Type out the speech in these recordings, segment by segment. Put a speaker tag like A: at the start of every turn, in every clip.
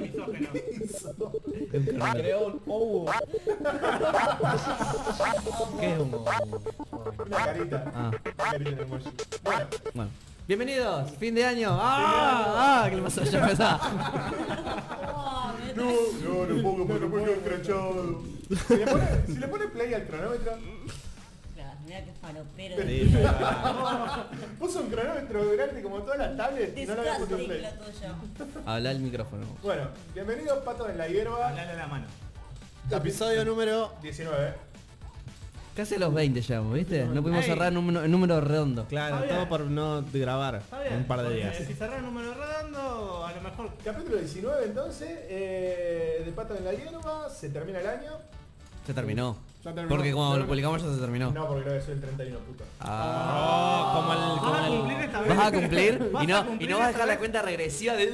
A: misógeno.
B: Creó un ovo.
C: ¿Qué es un go-
A: La carita.
C: Ah,
A: La carita en emoji. Bueno,
C: bueno. Bienvenidos, fin de año. ¡Ah! ¡Ah! ¿Qué le pasó? Ya empezaba.
A: no, no puedo, no puedo, crachado. Si le pone- si le pone play al cronómetro,
D: Claro, mira qué falopero.
A: puso un cronómetro grande como todas las tablets y no le había puesto
D: Disgusting
A: play.
D: la tuya.
C: Habla el micrófono.
A: Bueno, bienvenidos patos en la hierba,
B: Hablale a la mano.
E: Episodio número
A: 19.
C: Casi a los 20 llegamos, ¿viste? No pudimos
B: Ey.
C: cerrar en número, en número redondo.
E: Claro,
B: Fabián.
E: todo por no grabar
B: Fabián,
E: un par de
B: porque
E: días.
B: Eh, Si cerrar el número redondo, a lo mejor
A: Capítulo 19 entonces, eh, de patos en la hierba, se termina el año.
C: Se terminó.
A: Ya terminó.
C: Porque cuando lo
A: Ya-
C: publicamos ya se terminó.
A: No, porque creo que soy el 31, puto.
C: Ah.
E: Oh, como el, como
B: vas a
E: el-
B: cumplir esta vez.
C: Vas a cumplir
B: Vas
C: y
B: a
C: no, y
B: cumplir
C: no vas a
B: esta
C: dejar la
B: vez.
C: cuenta regresiva de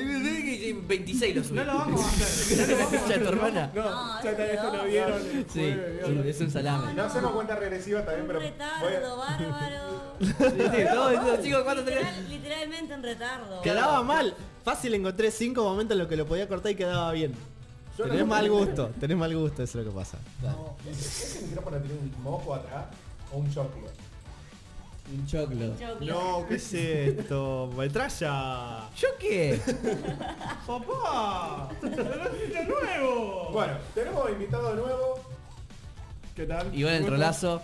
C: 26 lo subí.
B: No lo vamos a hacer. No lo vamos a
C: Ya
B: hacer.
C: tu hermana.
A: No,
D: No,
A: ya
D: Ah, eso
A: está, esto
D: no.
A: lo vieron.
C: Sí, es un- es un salame.
A: No hacemos cuenta regresiva también,
D: Un
A: pero... voy a-
D: retardo, bárbaro.
C: Sí, todo eso, chicos, ¿cuánto tenés?
D: Literal- literalmente un retardo.
E: Quedaba mal. Fácil encontré cinco momentos en los que lo podía cortar y quedaba bien.
A: Yo
E: tenés
A: no-
E: mal gusto, tenés mal gusto, eso es lo que pasa.
A: No, ese ese micrófono tiene un moco atrás o un choclo.
C: Un choclo.
D: Choclo.
E: No, ¿qué es esto? ¡Metralla!
C: ¿Yo qué?
B: ¡Papá! ¡Lo nuevo!
A: Bueno, tenemos invitado nuevo. Oh. ¿Qué tal?
C: Iván el trolazo,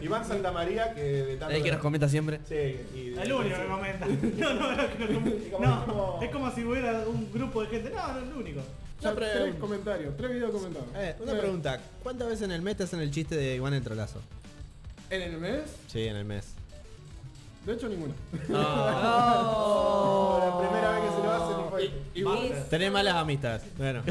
A: Iván Santamaría, que de tanto...
C: el que nos comenta siempre.
A: Sí, y de-
B: El único que comenta. No, no, no, que no, no,
A: como-
B: Es como si hubiera un grupo de gente. No, no es el único.
E: Una, pre-
A: comentarios, tres videos comentados.
E: eh, una pregunta, ¿cuántas veces en el mes te hacen el chiste de Iván el trolazo?
A: ¿En el mes?
E: Sí, en el mes.
A: De hecho, ninguna.
C: No.
A: la primera vez que se lo hacen fue...
D: Igual.
E: Tenés malas amistades. Bueno,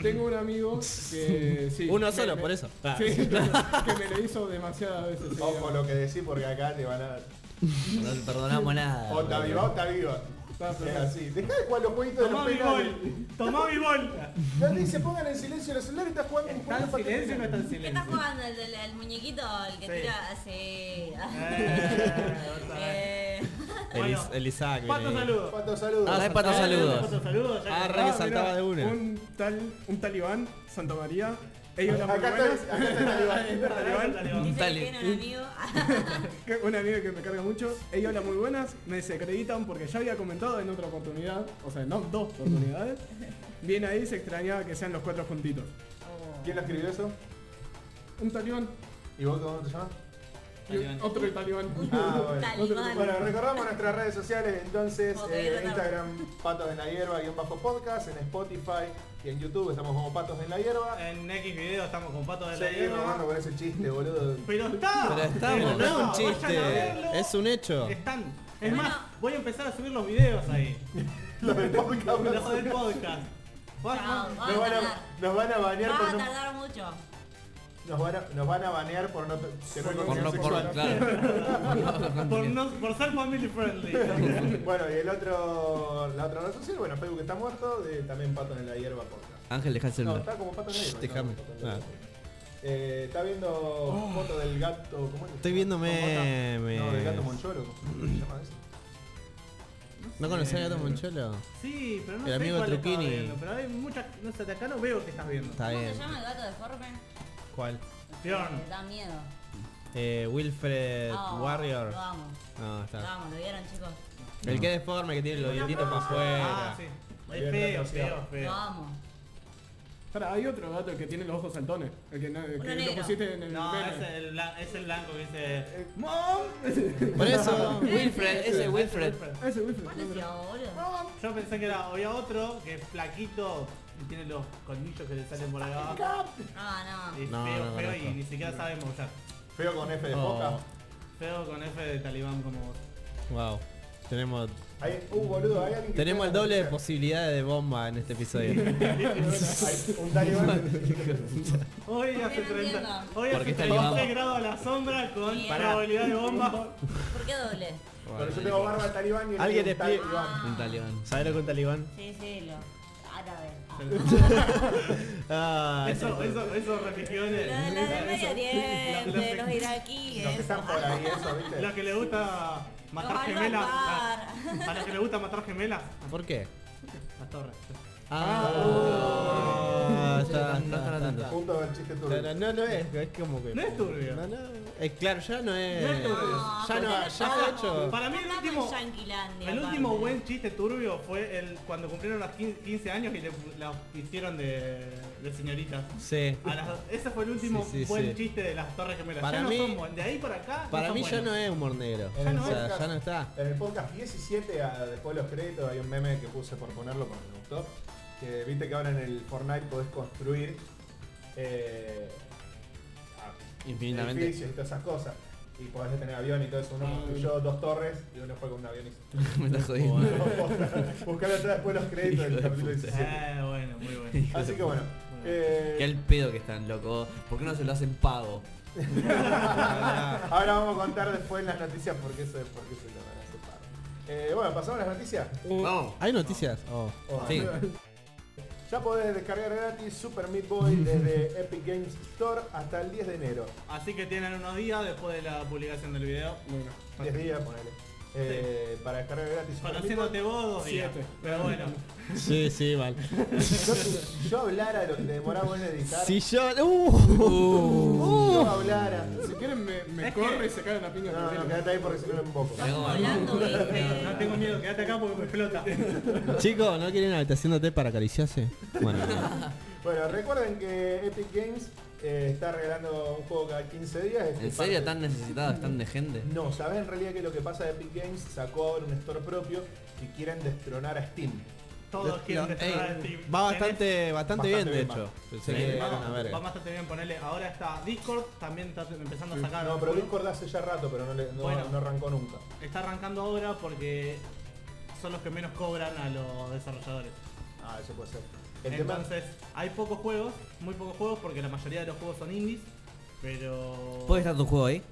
F: Tengo un amigo que sí,
E: uno
F: me-
E: solo,
F: me-
E: por eso. Ah.
F: sí, que me lo hizo demasiadas veces. seguidas.
A: Ojo lo que decís porque acá te van a...
C: No te perdonamos nada.
A: O está viva o está viva.
F: Está
A: Es
F: perfecto.
A: así. Dejá de jugar los jueguitos de
B: Tomá
A: los
B: mi
A: penales.
B: bol. Tomá mi bol.
A: No te dice pongan en silencio los celulares, estás jugando un
B: ¿Está en
A: juego para
B: silencio o no está en
D: ¿Qué estás
B: silencio?
D: jugando? ¿El, del- el muñequito? ¿El que
B: Sí.
D: tira así?
B: Eh,
D: Eh,
E: El,
B: Bueno.
E: Is- el Isaac. viene
B: Pato
E: ahí.
B: saludos.
A: Pato, saludos.
C: Ah, es pato
B: Ah,
C: saludos.
B: Pato Eh, saludos. ya que-
E: Ah, re que
F: Ah,
E: saltaba
F: mirá,
E: de una.
F: Un tal, un talibán, Santa María. Ellos
A: Ah, Acá
F: eran muy
A: está,
F: buenos.
A: acá está el talibán.
F: Ahí está el
B: Ah,
F: talibán,
B: es talibán.
D: dice que
C: Dale.
D: tiene un amigo.
F: que- Un amigo que me carga mucho. Ellos hablan muy buenas. Me desacreditan porque ya había comentado en otra oportunidad. O sea, no dos oportunidades. Bien ahí se extrañaba que sean los cuatro juntitos.
B: Oh.
A: ¿Quién lo escribió eso?
F: Un talibán.
A: ¿Y vos cómo te llamas?
F: y otro talibán.
A: Ah, bueno.
D: Talibán.
A: Bueno, recordamos nuestras redes sociales entonces,
D: Foto
A: eh,
D: y retardo.
A: Instagram Patos en la Hierba y en Bajo Podcast, en Spotify y en YouTube estamos como Patos en la Hierba.
B: En X video estamos con Pato de la
A: Seguimos
B: Hierba.
A: mamando con ese chiste, boludo.
B: Pero está.
E: Pero estamos, no es un chiste, es un hecho.
B: Están. Es
D: Bueno.
B: más, voy a empezar a subir los videos ahí.
A: Los del podcast
B: Los del
A: nos,
B: podcast. Vas-
D: Chao,
B: vas-
D: va a
A: van
D: tardar.
A: a, nos van a banear
D: Va
A: por
D: a
A: no,
D: tardar mucho.
A: nos, van a, nos van a banear por no t- tener
C: Por no,
A: contenido
C: por,
A: sexual.
C: claro.
B: Por, no, por ser family friendly.
A: Bueno, y el otro, la otra red social, bueno, Facebook está muerto, de, también Patos en la Hierba Podcast.
C: Ángel, deja el
A: No,
C: celular.
A: está como pato en la hierba.
E: Shh, déjame.
A: está como pato en la hierba. Eh, está viendo foto del gato. ¿Cómo es?
E: Estoy viendo
A: ¿Cómo está?
E: memes.
A: No, del gato Moncholo. ¿Cómo se llama eso?
E: ¿No conocés a Gato Moncholo?
B: Sí, pero no
E: El
B: sé
E: amigo
B: cuál estaba
E: Truquini.
B: viendo, Pero hay muchas. No sé, de acá no veo que estás viendo.
E: Está
D: ¿Cómo se
E: bien.
D: llama el gato deforme?
E: ¿Cuál?
B: Bjorn.
D: Me da miedo.
E: Eh, Wilfred
D: Ah,
E: Warrior.
D: Lo amo.
E: No,
D: Lo
E: está.
D: amo, lo vieron chicos.
E: El que es deforme, que tiene los dientitos para
B: Ah,
E: afuera.
B: sí.
A: Muy
B: Es
A: bien,
B: feo,
A: gracias.
B: feo,
D: Lo
B: feo.
D: amo.
F: Pará, hay otro gato que tiene los ojos saltones. El que, no- el
D: Uno
F: que
D: negro.
F: lo pusiste en el
B: No,
F: meme.
B: es el, blan- es el blanco que dice.
A: Eh,
E: Por eso.
C: Wilfred, ese es Wilfred.
A: eh,
F: Ese Wilfred.
D: ¿Cuál es yo, boludo?
B: Yo pensé que era, había otro que es flaquito y tiene los colmillos que le salen por acá abajo.
D: Ah,
B: Es
E: No,
B: feo,
E: no
B: feo y
E: conozco.
B: ni siquiera sabe mollar.
A: Feo con F de
E: Oh.
A: foca.
B: Feo con F de talibán como vos.
E: Wow. Tenemos,
A: Hay, uh, boludo, hay alguien que
E: tenemos el
A: quiere
E: doble de
A: analizar.
E: posibilidades de bomba en este episodio.
A: Hay un talibán.
B: Hoy hace
D: no
B: 30.
D: entiendo.
B: Hoy
C: ¿Por
B: hace
C: qué está
B: 36
C: animado?
B: grados a la sombra con
D: Mierda.
B: probabilidad de bomba.
D: ¿Por qué doble? Ah.
A: Pero yo tengo barba de talibán y él
E: Alguien
A: tiene un
E: explica-
A: talibán.
C: Un talibán.
E: ¿Sabes lo que un talibán?
D: Sí, sí, lo. Árabe. Ah.
E: Ah,
B: Eso, eso, esos religiones.
D: Lo de los del Medio
B: Los-
D: Oriente,
B: los-
D: los iraquíes.
A: Los que están por ahí, Ah, eso, ¿viste?
B: Los que le gusta matar Ah.
D: Los
B: gemelas.
D: Al-Akbar.
B: A los que le gusta matar gemelas.
E: ¿Por qué?
B: La torre.
E: Ah,
C: No
E: está,
C: están
E: está,
C: atentos.
E: está.
A: Punto del chiste turbio.
E: Pero no, no es, es como que...
B: No es turbio.
E: No, no, es claro, ya no es...
B: No es turbio.
E: Ya no, ya
D: Ah,
E: ha hecho...
B: Para mí el
D: Estamos en
B: último,
D: Yanquilandia,
B: el último
D: aparte.
B: buen chiste turbio fue el cuando cumplieron los 15 15 años y le, la hicieron de, de señoritas.
E: Sí.
B: A las- ese fue el último
E: Sí, sí,
B: buen
E: sí.
B: chiste de las torres gemelas.
E: Para
B: ya
E: mí-
B: no son buen- de ahí para acá.
E: Para
B: son
E: mí ya
B: buenos.
E: no es humor negro.
A: Ya no
E: o sea,
A: es.
E: ya no está.
A: En el podcast 17, a- después de los créditos, hay un meme que puse por ponerlo porque me gustó. Que viste que ahora en el Fortnite podés construir eh, a-
C: Uh. Infinitamente.
A: edificios y todas esas cosas. Y podés tener avión y todo eso. Uno construyó dos torres y uno fue con un avión y se...
C: Me está jodiendo.
A: Buscar atrás después los créditos
C: Hijo
A: del
C: de
A: capítulo
C: puta.
A: 17.
B: Eh, bueno, muy bueno.
A: Así que bueno. eh,
C: Qué al pedo que están, loco. ¿Por qué no se lo hacen pago?
A: ahora vamos a contar después en las noticias por qué se, por qué se lo van a separar. Eh, bueno, pasamos a las noticias.
C: Vamos.
E: ¿Hay noticias? Oh.
A: Oh,
C: Sí.
A: Ya podés descargar gratis Super Meat Boy desde Epic Games Store hasta el 10 de enero.
B: Así que tienen unos días después de la publicación del video.
F: Bueno,
A: 10 días, ponele. Eh, Para descargar gratis Super Meat Boy.
B: Conociéndote vos dos días.
F: Siete.
B: Pero bueno.
E: Sí, sí, mal.
A: Yo, si yo hablara lo que te demoraba vos en editar.
E: Si yo... Uh.
A: Yo hablara.
F: si quieren me, me
B: Es que-
F: corre y se cae la piña.
A: No, no,
F: tranquilo.
A: quédate ahí porque si no me emboco.
C: Tengo-
D: Hablando,
A: Eh,
D: ¿viste?
B: No tengo miedo, quédate acá porque me explota.
E: Chicos, ¿no quieren una habitación de té para acariciarse? Bueno,
A: Bueno, recuerden que Epic Games eh, está regalando un juego cada 15 días. Este
C: ¿En serio
A: parte-
C: tan necesitados están de gente?
A: No, ¿sabes en realidad que lo que pasa? Epic Games sacó ahora un store propio y quieren destronar a Steam.
B: Todos quieren
E: Ey,
B: destronar el team.
E: va bastante, bastante bien, de
A: bien, va.
E: hecho. Pensé
C: Sí,
E: que
B: Tenés-
E: era
B: va,
E: una
B: va
E: verga.
B: bastante bien ponerle. Ahora está Discord, también está empezando a sacar.
A: No, pero
B: juegos.
A: Discord hace ya rato, pero no, le- no-
B: Bueno.
A: no arrancó nunca.
B: Está arrancando ahora porque son los que menos cobran a los desarrolladores.
A: Ah, eso puede ser. El tema
B: Entonces, hay pocos juegos, muy pocos juegos, porque la mayoría de los juegos son indies, pero...
E: Pues-
C: ¿Puede estar tu juego ahí?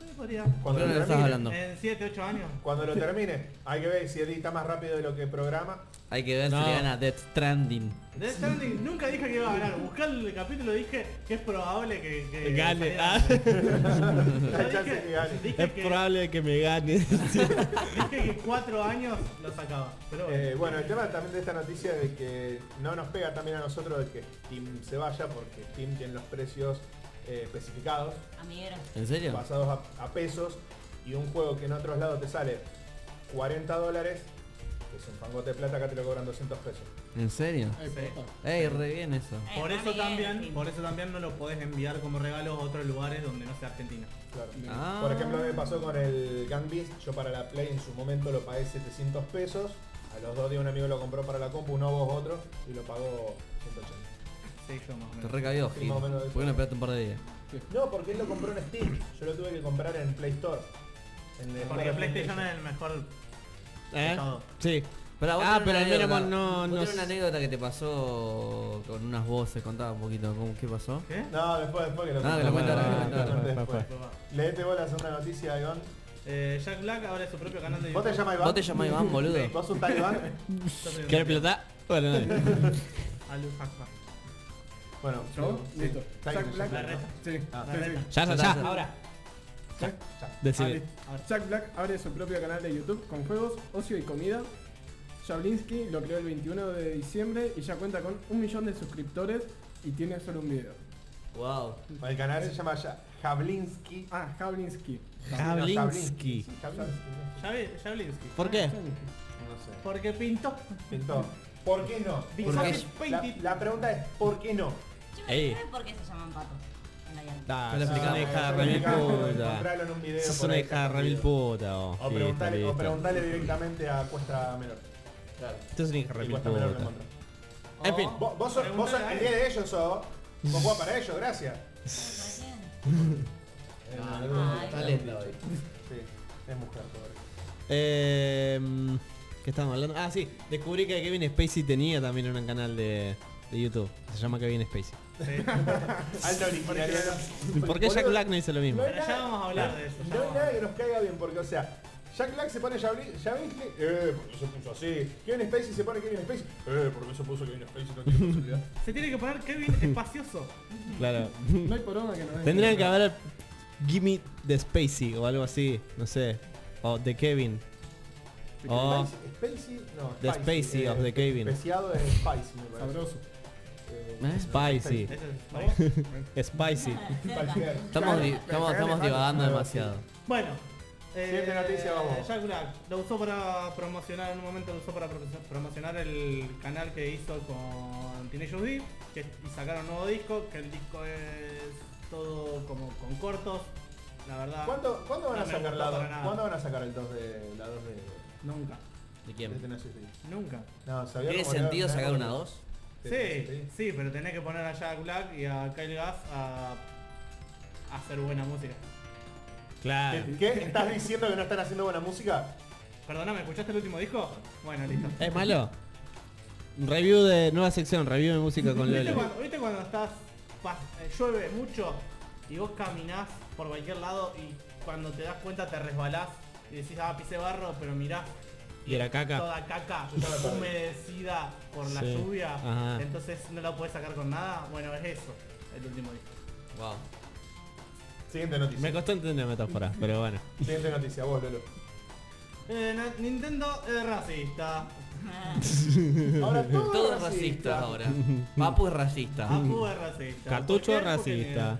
B: Sí, podría.
A: cuando
C: ¿De dónde
A: lo,
C: estás
A: termine,
C: hablando?
B: En 7, 8 años.
A: cuando lo termine, hay que ver si edita más rápido de lo que programa.
C: Hay que ver
E: No.
C: si le gana Death Stranding.
B: Death Stranding nunca dije que iba a ganar. Buscá el capítulo dije que es probable que... que
E: Gane,
B: saliera.
E: ah.
A: Hay
B: Yo
A: chance que gane.
B: dije, dije
E: Es
B: que,
E: probable que me gane.
B: dije que 4 años lo sacaba. Pero bueno.
A: Eh, bueno, el tema también de esta noticia de que no nos pega también a nosotros de que Steam se vaya porque Steam tiene los precios eh, especificados,
D: Amiguero.
C: ¿En serio?
A: basados a, a pesos, y un juego que en otros lados te sale 40 dólares, que es un fangote de plata, acá te lo cobran 200 pesos.
C: ¿En serio?
F: Ay,
B: Sí.
F: puta.
C: Ey, re bien eso.
D: Eh,
B: Por eso
D: amiguero,
B: también,
D: sí.
B: por eso también no lo podés enviar como regalo a otros lugares donde no sea Argentina.
A: Claro.
C: Ah.
A: Por ejemplo, me pasó con el Gun Beast. Yo para la Play en su momento lo pagué 700 pesos. A los dos días un amigo lo compró para la compu, uno vos otro, y lo pagó 180.
B: Sí, yo más o
C: Te
B: menos.
C: recabió,
A: Sí,
C: Gil.
A: más o menos
C: ¿Por
A: eso.
C: qué no esperaste un par de días?
A: No, porque él lo compró en Steam. Yo lo tuve que comprar en Play Store. En el
B: Porque
A: Store de
B: PlayStation es el mejor
E: ¿Eh?
B: estado.
E: Sí.
C: Pará, vos
E: Ah,
C: tenés
E: pero
C: una
E: al menos
C: anécdota. Vos
E: no... no
C: tenés una anécdota que te pasó con unas voces, contaba un poquito cómo, qué pasó.
B: ¿Qué?
A: No, después, después que lo
C: Ah, que lo cuente ahora, que lo cuente
E: ahora.
A: Después.
B: Pero va.
A: Leete vos la segunda noticia, Iván.
B: Eh, Jack Black abre su propio canal de
A: ¿Vos te
B: YouTube.
A: llamas Iván?
C: ¿Vos te llamás Iván, boludo?
A: ¿Vos sos Iván?
B: Yo soy un
E: ¿Querés explotar? Bueno, dale.
B: Alu Hackman.
A: bueno,
F: ¿Yo?
A: sí.
F: Listo.
A: Está
F: Jack
A: bien,
F: Black.
A: ya
B: La
A: está,
B: reta.
A: ¿no?
F: Sí.
A: Ah.
F: sí, sí.
E: Ya, ya, ya.
B: Ahora.
F: Ah,
E: Decime.
F: listo. Jack Black abre su propio canal de YouTube con juegos, ocio y comida. Jablinsky lo creó el 21 de diciembre y ya cuenta con un millón de suscriptores y tiene solo un video.
C: Wow.
A: El canal se llama ya Jablinski.
F: Ah, Jablinsky.
E: Jablinsky.
A: Sí, Jablinski,
B: Javi- Javlinsky.
E: ¿Por qué?
A: No No sé.
B: Porque pintó.
A: Pintó. ¿Por qué no?
B: Because it's
A: La,
B: painted.
A: la pregunta es, ¿por qué no?
D: Yo
E: Ey.
D: no sé por qué se llaman patos. En la llanta.
E: Da,
C: Ya lo
E: sos
C: explicamos.
E: una hija de
A: Ya Ah, lo
E: remil
A: explicamos,
E: puta.
A: encontralo en un video
E: Sos
A: por
E: una
A: ahí,
E: hija de
A: está
E: remil
A: subido.
E: puta. vos.
A: O
E: Sí,
A: preguntale, o
E: listo.
A: preguntale directamente a Cuesta Menor.
E: Sos una hija de
A: Y
E: remil
A: Cuesta Menor lo
E: puta.
A: encontró.
E: En fin.
A: Vos, vos sos, vos sos
B: Preguntale a
A: el
B: él.
A: día de ellos, sos. Vos jugás para ellos, gracias.
D: Recién.
A: Eh,
D: no,
A: sí,
D: está
E: Ah,
C: lenta hoy.
A: Sí, es mujer, pobre.
E: Eh, ¿Qué estábamos hablando? Ah, sí. Descubrí que Kevin Spacey tenía también un canal de, de YouTube. Se llama Kevin Spacey.
A: Alta originalidad.
E: ¿Por qué Jack
A: Boludo,
E: Black no hizo lo mismo?
A: no hay
B: Pero ya
A: nada-
B: vamos a hablar de eso. ya
A: No hay
B: vamos a
A: nada
B: hablar.
A: que nos caiga bien, porque, o sea, Jack Black se pone Javi- Javinsley, eh, porque se puso así. Kevin Spacey se pone Kevin Spacey, eh, porque se puso Kevin Spacey, no tiene posibilidad.
B: Se tiene que poner Kevin espacioso.
E: Claro.
F: No hay porona que no deje.
E: Tendrían que haber Gimme the Spacey o algo así. No sé. O The Kevin.
C: Ah.
E: O
A: Spacey, Spacey, no,
E: The Spacey of the Kevin.
A: Especiado es Spice, me parece.
F: Sabroso.
A: Eh,
C: ¿Eh?
E: Spicy.
B: Ese es Spike.
E: Spicy.
A: Spice.
C: Estamos, di- estamos, estamos divagando demasiado.
B: Bueno. eh,
A: Siguiente noticia, vamos.
B: Jack Black lo usó para promocionar, en un momento lo usó para pro- promocionar el canal que hizo con Teenage D que y sacaron un nuevo disco, que el disco es todo como con cortos, la verdad.
A: ¿Cuándo, ¿cuándo van
B: No
A: a
B: me
A: sacar
B: gustó
A: la
B: para
A: dos?
B: nada.
A: ¿Cuándo van a sacar el 2 de la 2 de,
B: Nunca,
C: ¿De
A: de
C: quién?
A: Tenacious D?
B: nunca.
A: No, sabía
C: ¿Tiene
A: cómo era-
C: sentido
A: era
C: sacar
A: como-
C: una 2?
A: de
B: Sí,
A: Tenacious D.
B: sí, pero tenés que poner a Jack Black y a Kyle Gass a, a hacer buena música.
E: Claro.
A: ¿Qué- ¿Qué? ¿Estás diciendo que no están haciendo buena música?
B: Perdóname, ¿escuchaste el último disco? Bueno, listo.
E: ¿Es malo? Review de nueva sección, review de música con
B: ¿Viste
E: Lolo.
B: cuando, viste cuando estás pas- eh, llueve mucho y vos caminás por cualquier lado y cuando te das cuenta te resbalás y decís, ah, pisé barro, pero mirás
E: Y era caca.
B: toda caca
A: Yo ya me perdí.
B: humedecida por la
E: Sí.
B: lluvia,
E: Ajá.
B: entonces no la podés sacar con nada? Bueno, es eso, el último disco.
C: Wow.
A: Siguiente noticia.
E: Me costó entender la metáfora, pero bueno.
A: Siguiente noticia, vos, Lolo.
B: Eh, na- Nintendo es racista.
A: Ahora todo,
C: Todo
A: es
C: es racista ahora. Papu es racista.
B: Apu es racista.
E: Ah. Cartucho
B: ¿Por qué? Porque
E: racista.
B: es negro.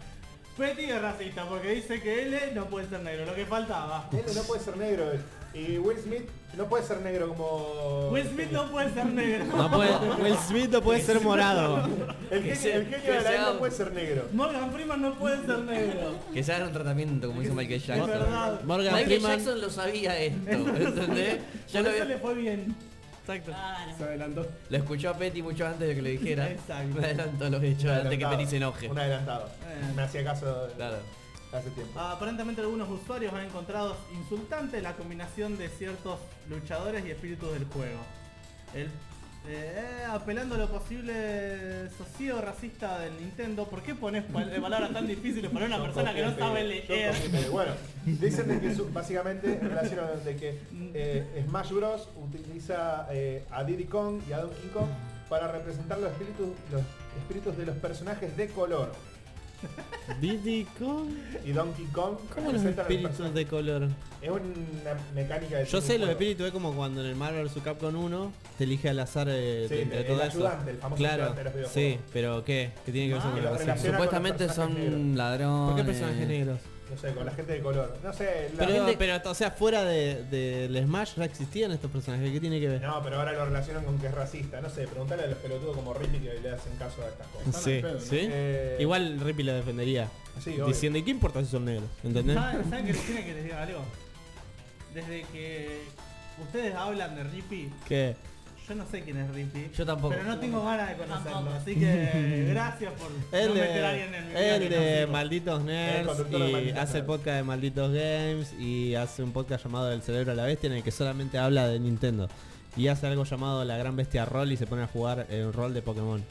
B: Petty es racista porque dice que L no puede ser negro, lo que faltaba.
A: Él no puede ser negro. él. Y Will Smith no puede ser negro como...
B: Will Smith no puede ser negro.
E: No puede, Will Smith no puede ser morado.
A: El genio,
C: se-
A: el genio
C: que
A: de la
C: sea-
A: isla no puede ser negro.
B: Morgan Freeman no puede ser negro.
C: Que se haga un tratamiento como hizo Michael
B: Es
C: Jackson.
B: verdad.
E: Morgan
C: Michael
E: Freeman.
C: Jackson lo sabía esto, ¿entendés? Ya
B: Por
C: lo,
B: eso
C: había-
B: le fue bien. Exacto.
F: Se
D: Claro.
F: adelantó.
C: lo escuchó a Petty mucho antes de que lo dijera.
B: Exacto.
C: Me adelanto los hechos antes que
A: Adelantado.
C: Petty se enoje.
A: Un adelantado.
B: Eh.
A: Me hacía caso
C: Claro.
A: hace tiempo.
B: Aparentemente algunos usuarios han encontrado insultante la combinación de ciertos luchadores y espíritus del juego. El- eh, apelando a lo posible socio racista del Nintendo, ¿por qué pones pal- eh, palabras tan difíciles para una
A: Yo
B: persona que no
A: copié,
B: sabe
A: yo
B: leer?
A: copié. Bueno, dicen de que su- básicamente relacionan de que eh, Smash Bros. utiliza eh, a Diddy Kong y a Donkey Kong para representar los espíritus, los espíritus de los personajes de color.
E: Diddy Kong.
A: Y Donkey Kong
E: ¿Cómo los
A: representa a los
E: espíritus
A: personajes.
E: de color?
A: Es una mecánica de...
E: Yo sé, los
A: juego.
E: espíritus es como cuando en el Marvel vs Capcom 1 te elige al azar eh,
A: Sí,
E: de, de
A: el
E: todo eso.
A: ayudante, el famoso
E: Claro,
A: ayudante de los videojuegos.
E: sí, pero ¿qué? ¿Qué tiene que ver
B: Ah,
E: eso con
A: lo
E: el racismo?
A: relaciona-
C: Supuestamente
A: con los personajes
C: son ladrones.
E: ¿Por qué personajes negros?
A: No sé, con la gente de color. No sé, la
E: Pero,
A: gente...
E: pero, o sea, fuera de- del Smash ya existían estos personajes, ¿qué tiene que ver?
A: No, pero ahora lo relacionan con que es racista. No sé, preguntale a los pelotudos como Rippy que le hacen caso a estas cosas.
F: al
E: sí,
F: pedo, ¿no?
E: ¿sí?
A: Eh,
E: Igual Rippy la defendería.
A: Sí, obvio.
E: diciendo, ¿y qué importa si son negros? ¿Entendés?
B: ¿Saben, saben que tiene que les diga algo? Desde que ustedes hablan de Rippy,
E: Que
B: yo no sé quién es Rippy.
C: Yo tampoco.
B: Pero no tengo ganas de conocerlo,
D: Tampoco.
B: así que eh, gracias por
E: el
B: no meter a
E: de,
B: alguien en mi vida
E: el
B: que no
E: de
B: sigo.
E: Malditos
A: El
E: Nerds
A: conductor de
E: y
A: Malditos
E: hace el
A: Nerds.
E: podcast de Malditos Games y hace un podcast llamado El Cerebro a la Bestia en el que solamente habla de Nintendo. Y hace algo llamado La Gran Bestia Roll y se pone a jugar el rol de Pokémon.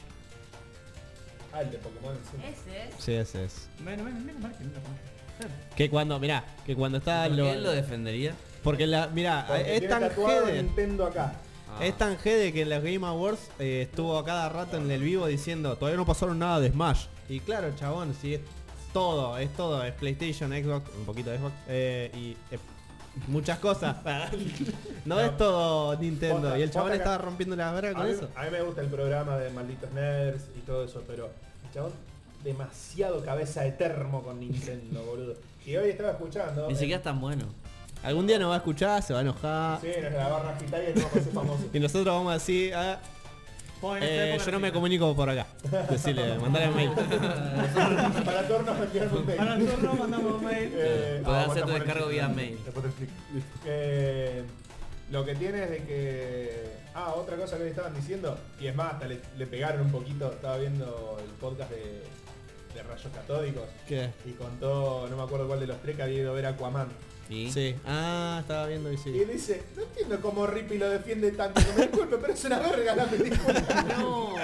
A: Ah, el de Pokémon. sí.
D: Ese es.
E: Sí, ese es.
B: Menos, menos, menos mal que no lo conozco.
E: Que cuando, mirá, que cuando está
C: ¿Por
E: lo...
C: qué él lo defendería?
E: Porque la, mirá,
A: Porque
E: Ah, es
A: tiene
E: tan
A: tatuado
E: jede.
A: Nintendo acá.
C: Ah.
E: Es tan jede que en los Game Awards eh, estuvo a cada rato en el vivo diciendo todavía no pasaron nada de Smash. Y claro, chabón, si es todo, es todo, es PlayStation, Xbox, un poquito de Xbox, eh, y eh, muchas cosas. no,
A: No.
E: es todo Nintendo.
A: Posta-
E: y el chabón
A: posta
E: estaba
A: que-
E: rompiendo las
A: A
E: veras con
A: mí,
E: eso.
A: a mí me gusta el programa de Malditos Nerds y todo eso, pero el chabón demasiado cabeza de termo con Nintendo, boludo. Y hoy estaba escuchando...
C: Ni
A: eh,
C: siquiera es tan bueno.
E: Algún día nos va a escuchar, se va a enojar.
A: Sí, nos la barra agitaria y nos vamos a hacer famosos.
E: Y nosotros vamos a decir, ah,
B: Vos en esa
E: eh,
B: época
E: yo no me
B: eras-
E: comunico por acá. Decirle, mandale un mail.
A: Para todos enviaron un mail.
B: Para el turno mandamos un mail.
A: Eh,
C: Podés hacer
A: bueno,
C: tu
A: por el
C: descargo
A: chico,
C: vía
A: no,
C: mail.
A: Después te explico. Eh, lo que tiene es de que... Ah, otra cosa que le estaban diciendo, y es más, hasta le, le pegaron un poquito, estaba viendo el podcast de, de Rayos Catódicos,
E: ¿Qué?
A: y contó, no me acuerdo cuál de los tres, que había ido a ver Aquaman.
C: ¿Y?
E: Sí. Ah, estaba viendo y
A: Y
E: sí.
A: dice, no entiendo cómo Rippy lo defiende tanto, que me disculpe, pero es una verga la película.
C: No.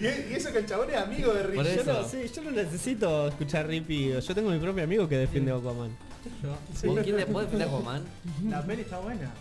A: Y, y eso que el chabón es amigo de
C: Por
A: Rippy.
E: Yo
C: eso.
E: no, sí, yo no necesito escuchar Rippy. Yo tengo mi propio amigo que defiende a Aquaman.
C: ¿Con quién te puede defender Aquaman?
B: La peli está buena.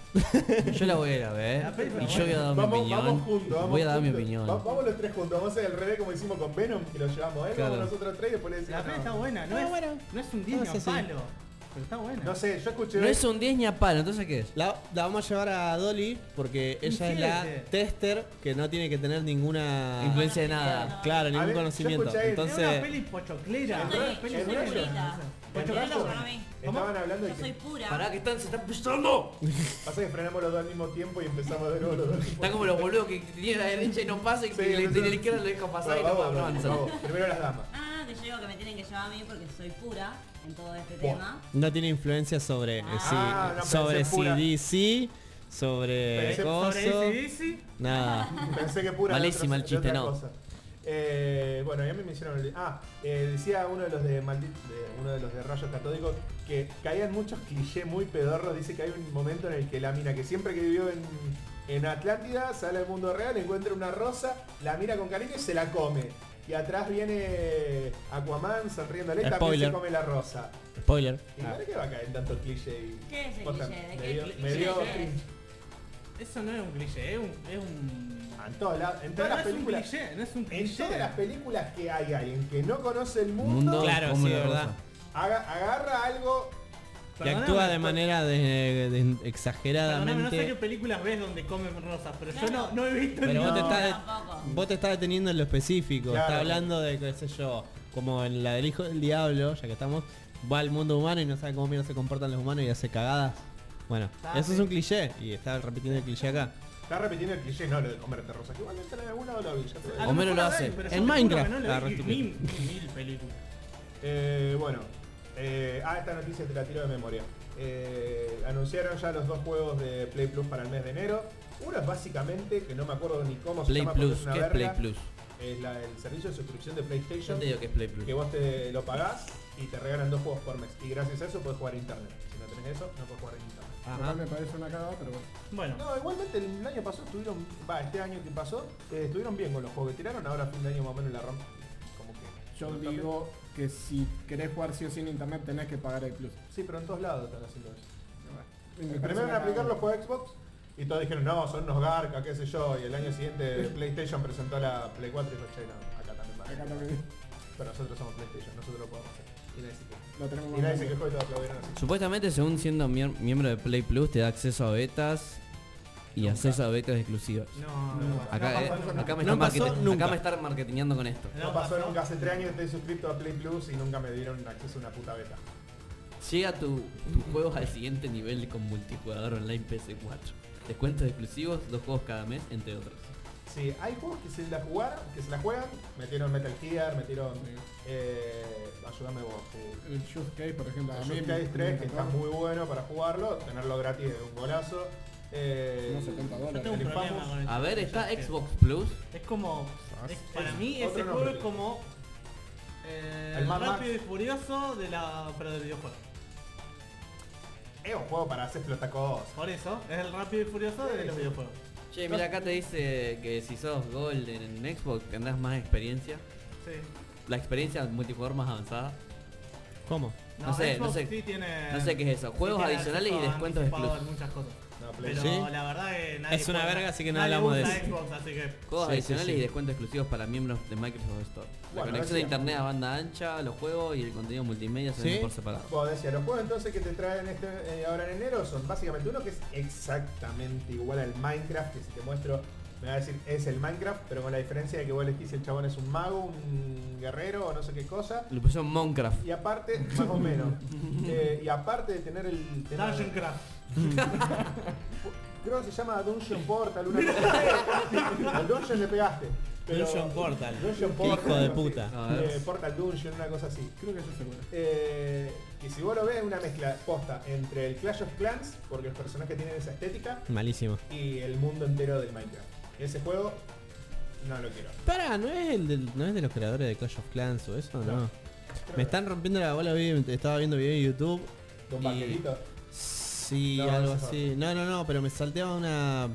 C: Yo la voy a ir a
B: La
C: ver.
B: película
C: Y yo voy a dar mi
A: Vamos,
C: opinión.
A: vamos juntos, vamos
C: voy a dar mi
A: juntos.
C: opinión.
A: Va- vamos los tres juntos, vamos a hacer el revés como hicimos con Venom, que lo llevamos a él,
C: Claro.
A: vamos nosotros tres y después
B: La
A: le decimos.
B: peli
A: no.
B: está buena, no,
E: No,
B: es,
E: Ah, bueno.
B: no es un Disney
E: No, sí, sí.
B: palo. Pero está buena.
A: No sé, yo escuché.
C: No es un 10 ni a palo, entonces ¿qué es?
E: La, la vamos a llevar a Dolly porque ella es la
B: siete.
E: tester que no tiene que tener ninguna
C: Influencia de nada.
E: Claro,
A: A
E: ningún
A: ver, yo
E: conocimiento.
A: escuché-
B: es una
E: Entonces,
B: peli pochoclera. es
A: Yo soy
B: una peli
A: pochoclera.
B: pochoclera.
A: En
D: Yo
A: realidad,
D: lo grabé.
A: Estaban hablando de
D: Yo soy
A: que
D: pura.
C: Pará, que están, se están pisando.
A: pasa que frenamos los dos al mismo tiempo y empezamos de nuevo los dos. al mismo
C: Están como los boludos que tiene la derecha y no pasa y
A: Sí,
C: que le
A: entonces-
C: tiene la izquierda y lo deja pasar y
A: Bueno,
C: no,
A: vamos,
C: no
A: vamos,
C: avanza.
A: vamos. Primero las damas.
D: Ah, que yo digo que me tienen que llevar a mí porque soy pura en todo este
A: Bueno.
D: tema.
E: no tiene influencia sobre eh, sí,
A: Ah, no, pero
E: sobre
A: esa es pura.
E: CDC,
A: Pero
E: sobre
A: ese-
E: coso,
B: Sobre ACDC,
E: nada.
A: Pensé que pura. de
C: Malísima
A: otra-
C: el chiste,
A: de otra
C: no.
A: cosa. Eh, bueno, y a mí me hicieron el- Ah, eh, decía uno de los de, maldi- de- uno de los de rayos catódicos que caían muchos clichés muy pedorros. Dice que hay un momento en el que la mina que siempre que vivió en, en Atlántida sale al mundo real, encuentra una rosa, la mira con cariño y se la come. Y atrás viene Aquaman sonriéndole, también se
E: Spoiler.
A: come la rosa.
E: Spoiler.
A: ¿Y
C: Ah.
A: para qué va a caer tanto cliché? y-
D: ¿Qué es el
A: Posta,
D: cliché? ¿De
A: me
D: qué
A: dio-
D: cliché?
A: Me dio
D: ¿Qué
A: cringe.
B: eso no es un cliché, es un... Es un...
A: Ah, En, todos lados- en
B: No,
A: todas
B: no
A: las
B: es un
A: películas.
B: cliché, no es un
A: En
B: cliché.
A: todas las películas que hay alguien que no conoce el mundo,
C: Mundo
E: Claro,
C: como
E: sí,
C: la
E: de verdad.
C: rosa.
A: aga- agarra algo.
E: Que
B: Perdóname,
E: actúa de
B: pero-
E: manera de- de-
B: Perdóname, no sé qué
E: exageradamente.
B: películas ves donde comen rosas, pero yo
D: Claro.
B: no, no he visto
E: Pero vos te
B: ninguna.
E: estás
D: Tampoco.
E: Vos te estás deteniendo en lo específico,
A: Claro.
E: está hablando de, qué sé yo, como en la del hijo del diablo, ya que estamos, va al mundo humano y no sabe cómo mierda se comportan los humanos y hace cagadas. Bueno,
B: Ah,
E: eso es
B: sí.
E: un cliché y está repitiendo el cliché acá.
A: Está repitiendo el cliché, no lo de comerte rosa. Que igualmente en algún lado lo vi. ya te lo
B: A
A: digo.
B: lo
C: Homero
B: mejor
C: lo
B: la
C: hace.
B: ven, pero yo
E: En
B: te juro
E: Minecraft.
B: que no la
E: Ah,
B: vi.
E: re
B: Mil, mil películas.
A: Eh, bueno, eh, ah, esta noticia te la tiro de memoria. Eh, anunciaron ya los dos juegos de Play Plus para el mes de enero. Uno es básicamente, que no me acuerdo ni cómo se
C: Play
A: llama, porque
C: Plus,
A: es una
C: ¿qué es Play
A: verga,
C: Plus?
A: es la- el servicio de suscripción de PlayStation.
C: Yo te digo que es Play Plus.
A: que vos te lo pagás y te regalan dos juegos por mes. Y gracias a eso podés jugar a internet. Si no tenés eso, no podés jugar a internet.
F: Lo cual me parece una cagada, pero bueno.
B: Bueno,
A: No, igualmente el año pasado estuvieron, va, este año que pasó, eh, estuvieron bien con los juegos que tiraron, ahora a fin de año más o menos la rompen. Como que.
F: Yo
A: ¿no?
F: digo que si querés jugar sí o sí en internet tenés que pagar el plus.
A: Sí, pero en todos lados están haciendo eso.
F: Me parece
A: Primero en
F: una
A: aplicarlo
F: cagada.
A: fue Xbox y todos dijeron, no, son unos garca, qué sé yo, y el año siguiente PlayStation presentó la Play 4 y dijo, che, no, acá también va.
F: Acá también
A: Pero nosotros somos PlayStation, nosotros lo podemos hacer. Y nadie se quejó.
F: lo tenemos.
A: Y nadie se quejó y todos aplaudieron así.
C: Supuestamente, según siendo mier- miembro de Play Plus, te da acceso a betas y
A: Nunca.
C: acceso a betas exclusivas.
B: no,
F: No,
B: no.
C: Acá,
A: pasó
C: eh,
A: nunca.
C: acá me
E: No
C: están
E: pasó
C: markete-
E: nunca.
C: acá me están marketingeando con esto.
A: No pasó nunca, hace 3 años estoy suscrito a Play Plus y nunca me dieron acceso a una puta beta.
C: Llega tu, tus juegos al siguiente nivel con multijugador online PC4. Descuentos exclusivos, dos juegos cada mes, entre otros.
A: Sí, hay juegos que se la jugaron, que se la juegan, metieron Metal Gear, metieron. Eh, ayúdame vos. eh,
F: El Just Case, por ejemplo, a
A: el
F: mí
A: Just
F: me-
A: Cause 3, que
F: me
A: está
F: tocó.
A: muy bueno para jugarlo, tenerlo gratis es un golazo. Eh,
F: No, 70
B: Yo
F: dólares.
B: tengo un
A: El
B: problema
A: Infamous.
B: con el
C: A ver, está
B: Xbox.
C: Xbox Ah, Plus.
B: Es como. es- para mí
A: Otro
B: ese
A: nombre.
B: juego es como. eh,
A: El
B: el
A: Mad Max.
B: rápido y furioso de la. pero del videojuego.
A: Es un juego para hacer explotar cosas.
B: Por eso, es el rápido y furioso de los videojuegos.
C: Che, mira, acá te dice que si sos Golden en Xbox tendrás más experiencia.
B: Sí.
C: La experiencia multijugador más avanzada.
E: ¿Cómo?
C: No sé, no
B: Xbox
C: sé.
B: sí tiene-
C: No sé qué es eso.
B: sí
C: Juegos
B: tiene
C: adicionales y
B: acceso
C: descuentos
B: anticipado
C: exclusivos.
B: en muchas cosas.
A: No, Play.
B: Pero
E: Sí.
B: la verdad que nadie
E: Es una
B: juega-
E: verga, así que no
B: nadie
E: hablamos de
B: usa
E: eso.
B: Xbox, así que.
C: Juegos
E: Sí, sí,
C: adicionales
E: sí.
C: y descuentos exclusivos para miembros de Microsoft Store. La
A: Bueno,
C: conexión de
A: decía.
C: internet a banda ancha, los juegos y el contenido multimedia se
E: ¿Sí?
C: venden por separado.
A: Vos decías, los juegos entonces que te traen este, eh, ahora en enero son básicamente uno que es exactamente igual al Minecraft, que si te muestro me va a decir es el Minecraft, pero con la diferencia de que vos elegís si el chabón es un mago, un guerrero o no sé qué cosa.
C: Lo pusieron Minecraft.
A: Y aparte, más o menos, eh, y aparte de tener el... tener-
B: Dungeon Craft.
A: creo que se llama Dungeon Portal, una cosa. Al Dungeon le pegaste. pero-
E: Dungeon Portal.
A: Dungeon
E: Qué
A: Portal.
E: hijo de
A: algo así.
E: puta.
C: A ver.
A: Eh, Portal Dungeon, una cosa así.
F: Creo que yo
B: Ah,
F: seguro.
A: Eh, y si vos lo ves, es una mezcla posta entre el Clash of Clans, porque los personajes tienen esa estética,
E: Malísimo.
A: y el mundo entero del Minecraft. Ese juego no lo quiero.
E: Pará, ¿no es, el del- ¿no es de los creadores de Clash of Clans o eso? No.
A: No.
E: Me están rompiendo la bola, vi- estaba viendo video en YouTube.
A: Con
E: y-
A: vaquerito.
E: Sí,
A: No,
E: algo
A: ese es
E: así. No, no, no, pero me salteaba una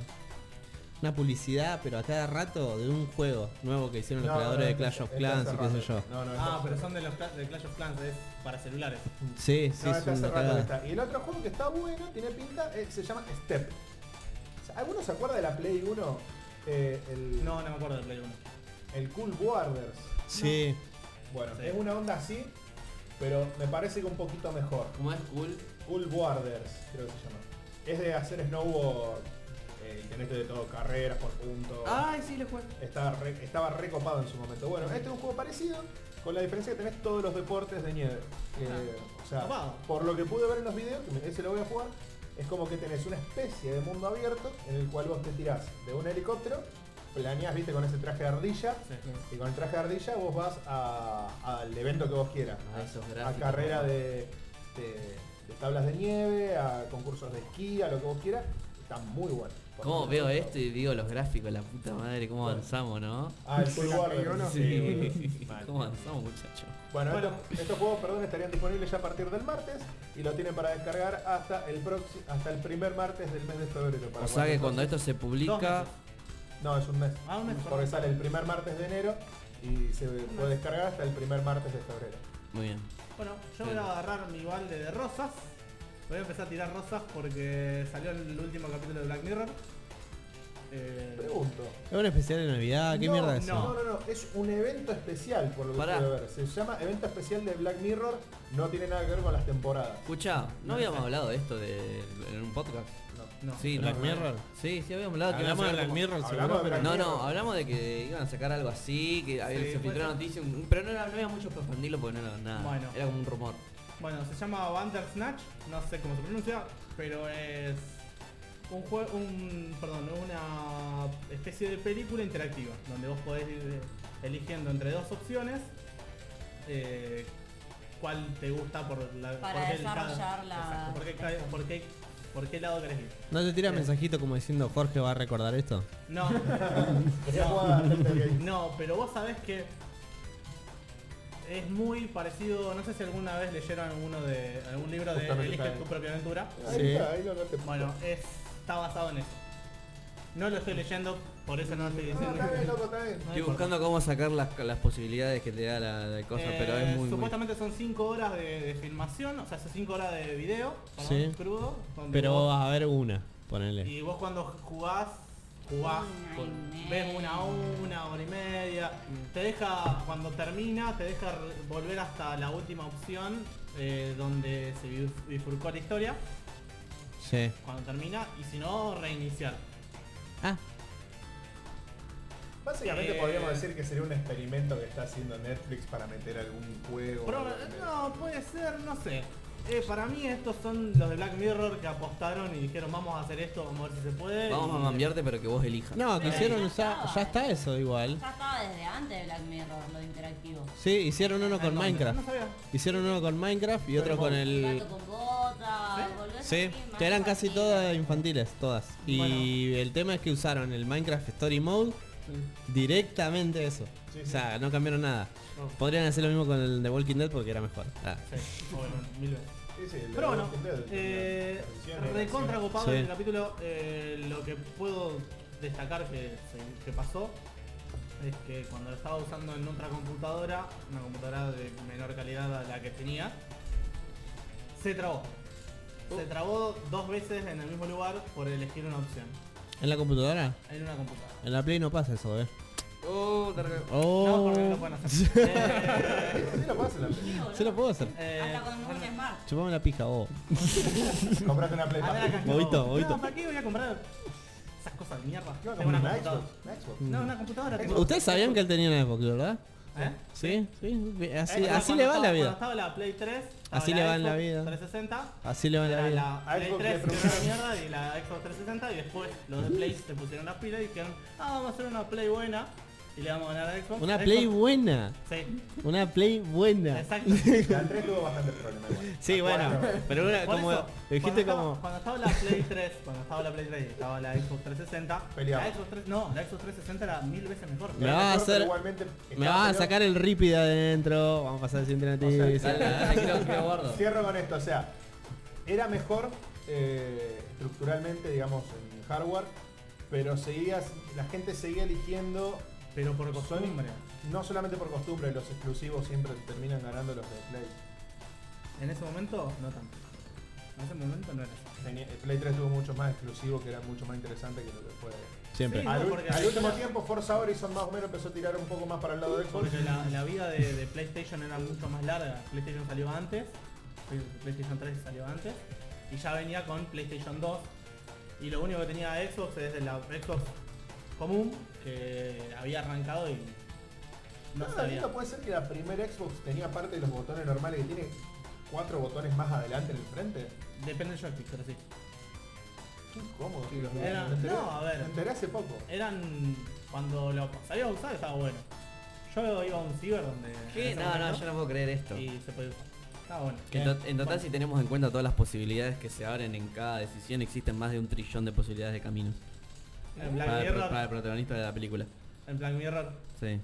E: una publicidad, pero a cada rato de un juego nuevo que hicieron los
A: No,
E: creadores
A: no,
E: de
A: no,
E: Clash
A: está-
E: of
A: está
E: Clans y qué sé yo.
A: cerrado. No, no, está
B: Ah, pero
A: cerrado.
B: son de los cla- de Clash of Clans, es para celulares.
E: Sí, sí,
A: No,
E: es
A: está
E: una
A: cerrado
E: cagada.
A: está. Y el otro juego que está bueno, tiene pinta, eh, se llama Step. O sea, ¿Alguno se acuerda de la Play 1? Eh, el,
B: No, no me acuerdo del Play 1.
A: el Cool Borders.
E: Sí.
A: Bueno,
B: Sí.
A: es una onda así, pero me parece que un poquito mejor.
C: Como es cool,
A: Cool Borders, creo que se llama. Es de hacer snowboard, eh, y tenés de todo, carreras por puntos.
C: Ay, sí, lo juego.
A: Estaba, re- estaba recopado en su momento. Bueno, este es un juego parecido, con la diferencia que tenés todos los deportes de nieve. Eh,
C: Ah,
A: o sea,
B: Copado.
A: por lo que pude ver en los videos, que me- ese lo voy a jugar, es como que tenés una especie de mundo abierto en el cual vos te tirás de un helicóptero, planeás, viste, con ese traje de ardilla, y con el traje de ardilla vos vas a- al evento que vos quieras.
C: Ah, esos
A: a
C: gráficos.
A: carrera de, de- de tablas de nieve, a concursos de esquí, a lo que vos quieras. Está muy bueno.
C: ¿Cómo veo esto
A: este?
C: y digo los gráficos, la puta madre, cómo avanzamos, no?
A: Ah, el Full Warrior.
F: Sí.
A: Mal.
C: ¿Cómo avanzamos, muchachos?
A: Bueno,
B: Bueno.
A: Estos, estos juegos perdón, estarían disponibles ya a partir del martes y lo tienen para descargar hasta el próximo, hasta el primer martes del mes de febrero. Para
C: O sea que
A: cualquier
C: cuando
A: cosa.
C: esto se publica,
B: Dos
A: No, es un mes.
B: Ah, un mes,
A: Porque
B: perdón.
A: sale el primer martes de enero y se puede descargar hasta el primer martes de febrero.
C: muy bien.
B: Bueno, yo voy a agarrar mi balde de rosas. Voy a empezar a tirar rosas porque salió el último capítulo de Black Mirror. Eh,
A: Pregunto.
E: Es un especial de Navidad, Ah, ¿qué
A: no,
E: mierda es
A: no,
E: eso?
A: no, no, es un evento especial por lo que
C: Pará.
A: quiero ver. Se llama evento especial de Black Mirror, no tiene nada que ver con las temporadas.
C: Escucha, ¿no habíamos hablado de esto de, en un podcast?
A: No.
B: no.
C: Sí,
E: Black
C: no.
E: Mirror.
C: Sí, sí, habíamos hablado que
E: Hablamos de
C: iban a
E: Black
C: sacar
E: Mirror,
A: Hablamos
E: seguro,
A: de
E: pero
A: Black
C: No,
A: Mirror.
C: no, hablamos de que iban a sacar algo así, que había-
B: Sí,
C: se
B: puede
C: filtró la
B: ser.
C: noticia, un- pero no, era- no habíamos mucho expandirlo porque no era nada,
B: Bueno.
C: era como un rumor.
B: Bueno, se llama Bandersnatch, no sé cómo se pronuncia, pero es un juego, un, perdón, una especie de película interactiva, donde vos podés ir eh, eligiendo entre dos opciones eh, cuál te gusta por la
D: Para
B: por qué el cada-
D: desarrollar la-
B: exacto, por qué, ca- por qué- por qué lado querés ir.
E: ¿No te tiras
B: Eh.
E: mensajito como diciendo Jorge va a recordar esto?
B: No,
A: Quería jugar a Telltale Games.
B: no, pero vos sabés que es muy parecido, no sé si alguna vez leyeron alguno de algún libro de
A: Justamente
B: Elige
A: está
B: tu
A: ahí.
B: propia aventura.
A: Ahí
E: Sí.
A: está, ahí lo noté.
B: Bueno, es- está basado en eso. No lo estoy leyendo, por eso no lo estoy
A: No,
B: diciendo.
A: está bien, loco, está bien.
B: No
C: Estoy
B: importa.
C: buscando cómo sacar las, las posibilidades que te da la, la cosa,
B: Eh,
C: pero es muy... muy-
B: Supuestamente son 5 horas de, de filmación, o sea, son 5 horas de video, perdón,
E: Sí.
B: crudo. donde
E: Pero
B: vos-
E: vas a ver una, ponele.
B: y vos cuando jugás, jugás,
D: Una
B: con-
D: y
B: ves
D: media.
B: una a una, hora y media.
C: Mm.
B: Te deja, cuando termina, te deja re- volver hasta la última opción eh, donde se bif- bifurcó la historia,
E: Sí.
B: cuando termina, y si no, reiniciar.
E: Ah,
A: Básicamente
B: Eh,
A: podríamos decir que sería un experimento que está haciendo Netflix para meter algún juego.
B: Pro-
A: algún-
B: eh, no, puede ser, no sé. Eh, para mí estos son los de Black Mirror que apostaron y dijeron vamos a hacer esto, vamos a ver si se puede.
C: Vamos a
B: Y-
C: cambiarte pero que vos elijas.
E: no, que
D: Pero
E: hicieron
D: ya
E: ya,
D: estaba.
E: ya está eso igual.
D: Ya estaba desde antes de Black Mirror, lo de interactivo.
E: Sí, hicieron uno
A: Ah,
E: con
B: No,
E: Minecraft.
B: No sabía.
E: Hicieron uno con Minecraft y otro con el...
D: Gato con bota, volvés
E: Sí,
D: así, más
E: que eran casi
D: infantil.
E: todas infantiles, todas. Y
B: Bueno.
E: el tema es que usaron el Minecraft Story Mode directamente eso.
A: Sí,
E: o sea, no cambiaron nada.
B: No.
E: Podrían hacer lo mismo con el de Walking Dead porque era mejor. Ah.
B: Sí, bueno, mil veces.
A: Sí, sí, el de
B: Pero bueno,
A: Walking Dead,
B: eh,
A: las canciones,
B: recontra
A: las
B: copado
E: Sí.
B: en el capítulo. eh, lo que puedo destacar que, se- que pasó es que cuando lo estaba usando en otra computadora, una computadora de menor calidad a la que tenía, se trabó.
E: Oh.
B: Se trabó dos veces en el mismo lugar por elegir una opción.
E: ¿En la computadora?
B: En una computadora.
E: En la Play no pasa eso, eh.
C: Oh, targa-
B: No,
E: Oh.
B: porque no lo pueden hacer. Eh,
A: canciones. Sí, lo puedes hacer.
D: Sí, boludo.
E: Se lo puedo hacer.
B: eh,
D: Hasta con un smart.
E: Chupame la pija, oh.
A: Comprate una Play
B: a ver acá,
E: Bobito,
B: no,
E: bobito.
B: ¿Para qué voy a comprar esas cosas de mierda?
A: No,
B: Tengo
A: una
B: una
A: Xbox.
B: computadora.
A: una Xbox.
B: No, una computadora. tengo.
E: Ustedes sabían que él tenía una Xbox, ¿verdad?
B: ¿Eh?
E: Sí, sí. Así,
B: Eh,
E: así
B: cuando
E: le va la
B: estaba-
E: vida.
B: Cuando estaba la Play 3, estaba
E: Así le va en la
B: Xbox
E: vida.
B: 360.
E: Así le va la
B: Era
E: vida.
B: la Play 3
A: Xbox le
B: que era
A: prometieron.
B: una mierda y la Xbox 360 y después los de Play se pusieron las pilas y dijeron, ah, vamos a hacer una Play buena y le vamos a ganar a Xbox.
E: Una
B: Xbox-
E: Play buena.
B: Sí,
E: Una Play buena.
B: exacto.
A: La 3 tuvo bastante problema igual.
E: Sí,
A: La
E: bueno.
A: cuatro-
E: Pero una,
B: Por
E: como...
B: eso, cuando
E: Dijiste
B: estaba-
E: como...
B: Cuando estaba la Play 3, cuando estaba la Play 3 y estaba la Xbox 360,
A: Peleamos.
B: la Xbox 3, no, la Xbox 360 era mil veces mejor.
E: Me va a
A: mejor, pero
E: hacer-
A: igualmente
E: Me
A: estaba
E: va a
A: peleado.
E: sacar el ripi de adentro. Vamos a pasar al siguiente
A: O sea,
E: noticia.
C: Dale, dale, que lo- que lo guardo.
A: Cierro con esto, o sea, era mejor eh, estructuralmente, digamos, en hardware, pero seguías, la gente seguía eligiendo,
B: Pero por
A: Sony.
B: costumbre.
A: no solamente por costumbre, los exclusivos siempre terminan ganando los de Play.
B: En ese momento, no tanto. En ese momento no era así.
A: Tenía- el eh, Play 3 tuvo muchos más exclusivos que eran mucho más interesantes que lo que fue.
E: Siempre.
B: Sí,
A: Al,
B: no,
A: ul-
B: porque
A: al
B: la-
A: último tiempo Forza Horizon más o menos empezó a tirar un poco más para el lado del Xbox.
B: Porque la, la vida de, de PlayStation era mucho más larga. PlayStation salió antes, eh, PlayStation 3 salió antes, y ya venía con PlayStation 2. Y lo único que tenía Xbox es la Xbox común, que había arrancado y no
A: No,
B: sabía.
A: no, puede ser que la primera Xbox tenía parte de los botones normales que tiene cuatro botones más adelante en el frente.
B: Depende del joystick, pero sí.
A: Qué incómodo.
B: Era-
A: Me enteré-
B: no, a ver.
A: Me enteré hace poco.
B: Eran... Cuando lo sabía usar estaba bueno. Yo iba a un ciber donde... en
C: ¿Qué?
B: ese
C: No, no,
B: momento,
C: yo no puedo creer esto.
B: Y se podía usar. Estaba bueno.
C: Que en,
B: Bien.
C: tot- en total, si tenemos en cuenta todas las posibilidades que se abren en cada decisión, existen más de un trillón de posibilidades de caminos.
B: En Black
C: Para el, pro-
B: Mirror-
C: para el protagonista de la película.
B: En Black Mirror
C: Sí.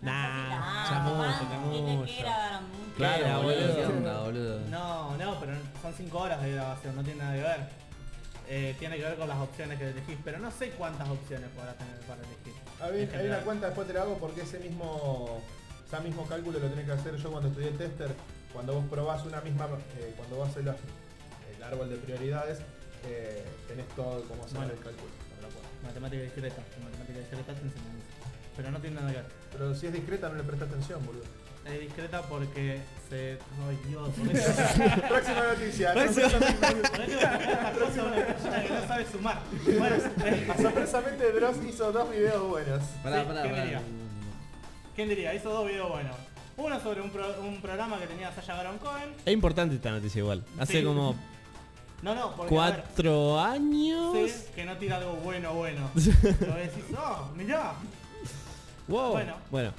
E: Nah,
D: Ah,
E: chamuyo,
D: ah, tiene que
E: chamuyo.
D: grabar un-
E: Claro,
C: Era,
E: boludo.
C: ¿Qué onda, boludo?
B: No, no, pero son 5 horas de grabación, no tiene nada que ver. Eh, tiene que ver con las opciones que elegís, pero no sé cuántas opciones podrás tener para elegir.
A: A
B: En
A: ver, hay una
B: general.
A: cuenta después te la hago porque ese mismo, ese mismo cálculo lo tenés que hacer yo cuando estudié tester. Cuando vos probás una misma, eh, cuando vos haces los- el árbol de prioridades, eh, tenés todo como hacer
B: Bueno.
A: el cálculo. No me lo acuerdo.
B: Matemática discreta, en matemática discreta te enseñan eso. Pero no tiene nada que ver.
A: Pero si es discreta no le presta atención, boludo.
B: Es discreta porque se. Ay Dios, por eso.
A: Próxima noticia.
B: Por eso esta cosa una persona que no sabe sumar. Bueno, eh,
A: Sorpresamente Dross hizo dos videos buenos.
C: Pará,
B: Sí,
C: pará,
B: ¿qué
C: pará.
B: diría? ¿quién diría? Hizo dos videos buenos. Uno sobre un, pro- un programa que tenía Sasha Baron Cohen.
E: Es importante esta noticia igual. Hace
B: Sí.
E: como
B: No, no, porque. a ver,
E: cuatro años.
B: sé que no tira algo bueno, bueno. Lo decís, oh, mirá.
E: Wow.
B: Bueno.
E: bueno.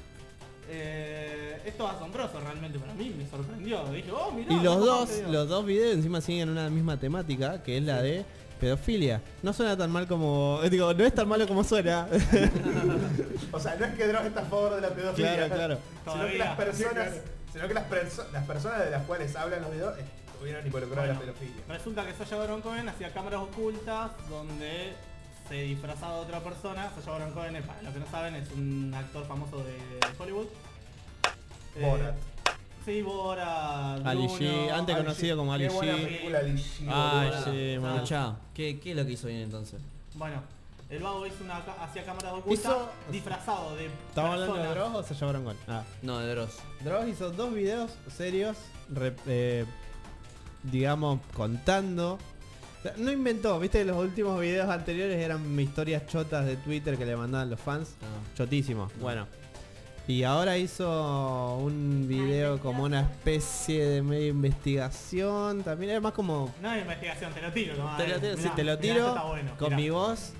B: Eh, esto es asombroso realmente para mí, me sorprendió. Dije, oh, mirá.
E: Y los
B: ¿cómo
E: dos,
B: te digo?
E: los dos videos encima siguen una misma temática, que es la de pedofilia. No suena tan mal como. eh, Digo, no es tan malo como suena.
A: O sea, no es que Dross está a favor de la pedofilia.
E: claro, claro.
A: Sino que las
B: Todavía.
A: personas,
F: Sí, claro.
A: sino que las, perso- las personas de las cuales hablan los videos estuvieron involucradas en la
B: Bueno.
A: pedofilia.
B: Resulta que Sasha Baron Cohen hacía cámaras ocultas donde se disfrazaba de otra persona. Sasha Baron Cohen, es, para los que no saben, es un actor famoso de Hollywood. Eh,
A: Borat.
B: sí, Borat.
E: Ali
B: Bruno,
E: G, antes
A: Ali
E: conocido
A: G.
E: como Ali
A: Qué buena
E: G.
A: película Ali G,
E: Ay,
A: boludo.
E: sí,
C: Ah,
E: man.
C: chao. ¿Qué, ¿Qué es lo que hizo bien entonces?
B: Bueno, el vago hizo una, ca- hacía cámaras ocultas
E: Hizo-
B: disfrazado de
E: ¿Estamos hablando de
B: persona.
E: Dross o se llevaron gol? Ah.
C: No, de Dross.
E: Dross hizo dos videos serios, re- eh, digamos, contando. O sea, No inventó, viste, los últimos videos anteriores eran historias chotas de Twitter que le mandaban los fans.
C: No.
E: Chotísimo, bueno. Y ahora hizo un video como una especie de medio investigación. También era más como.
B: No hay investigación, te lo tiro. nomás,
E: Te lo
B: eh.
E: tiro, sí,
B: Mirá,
E: te lo
B: mirá,
E: tiro
B: esto está bueno,
E: con
B: mirá.
E: mi voz.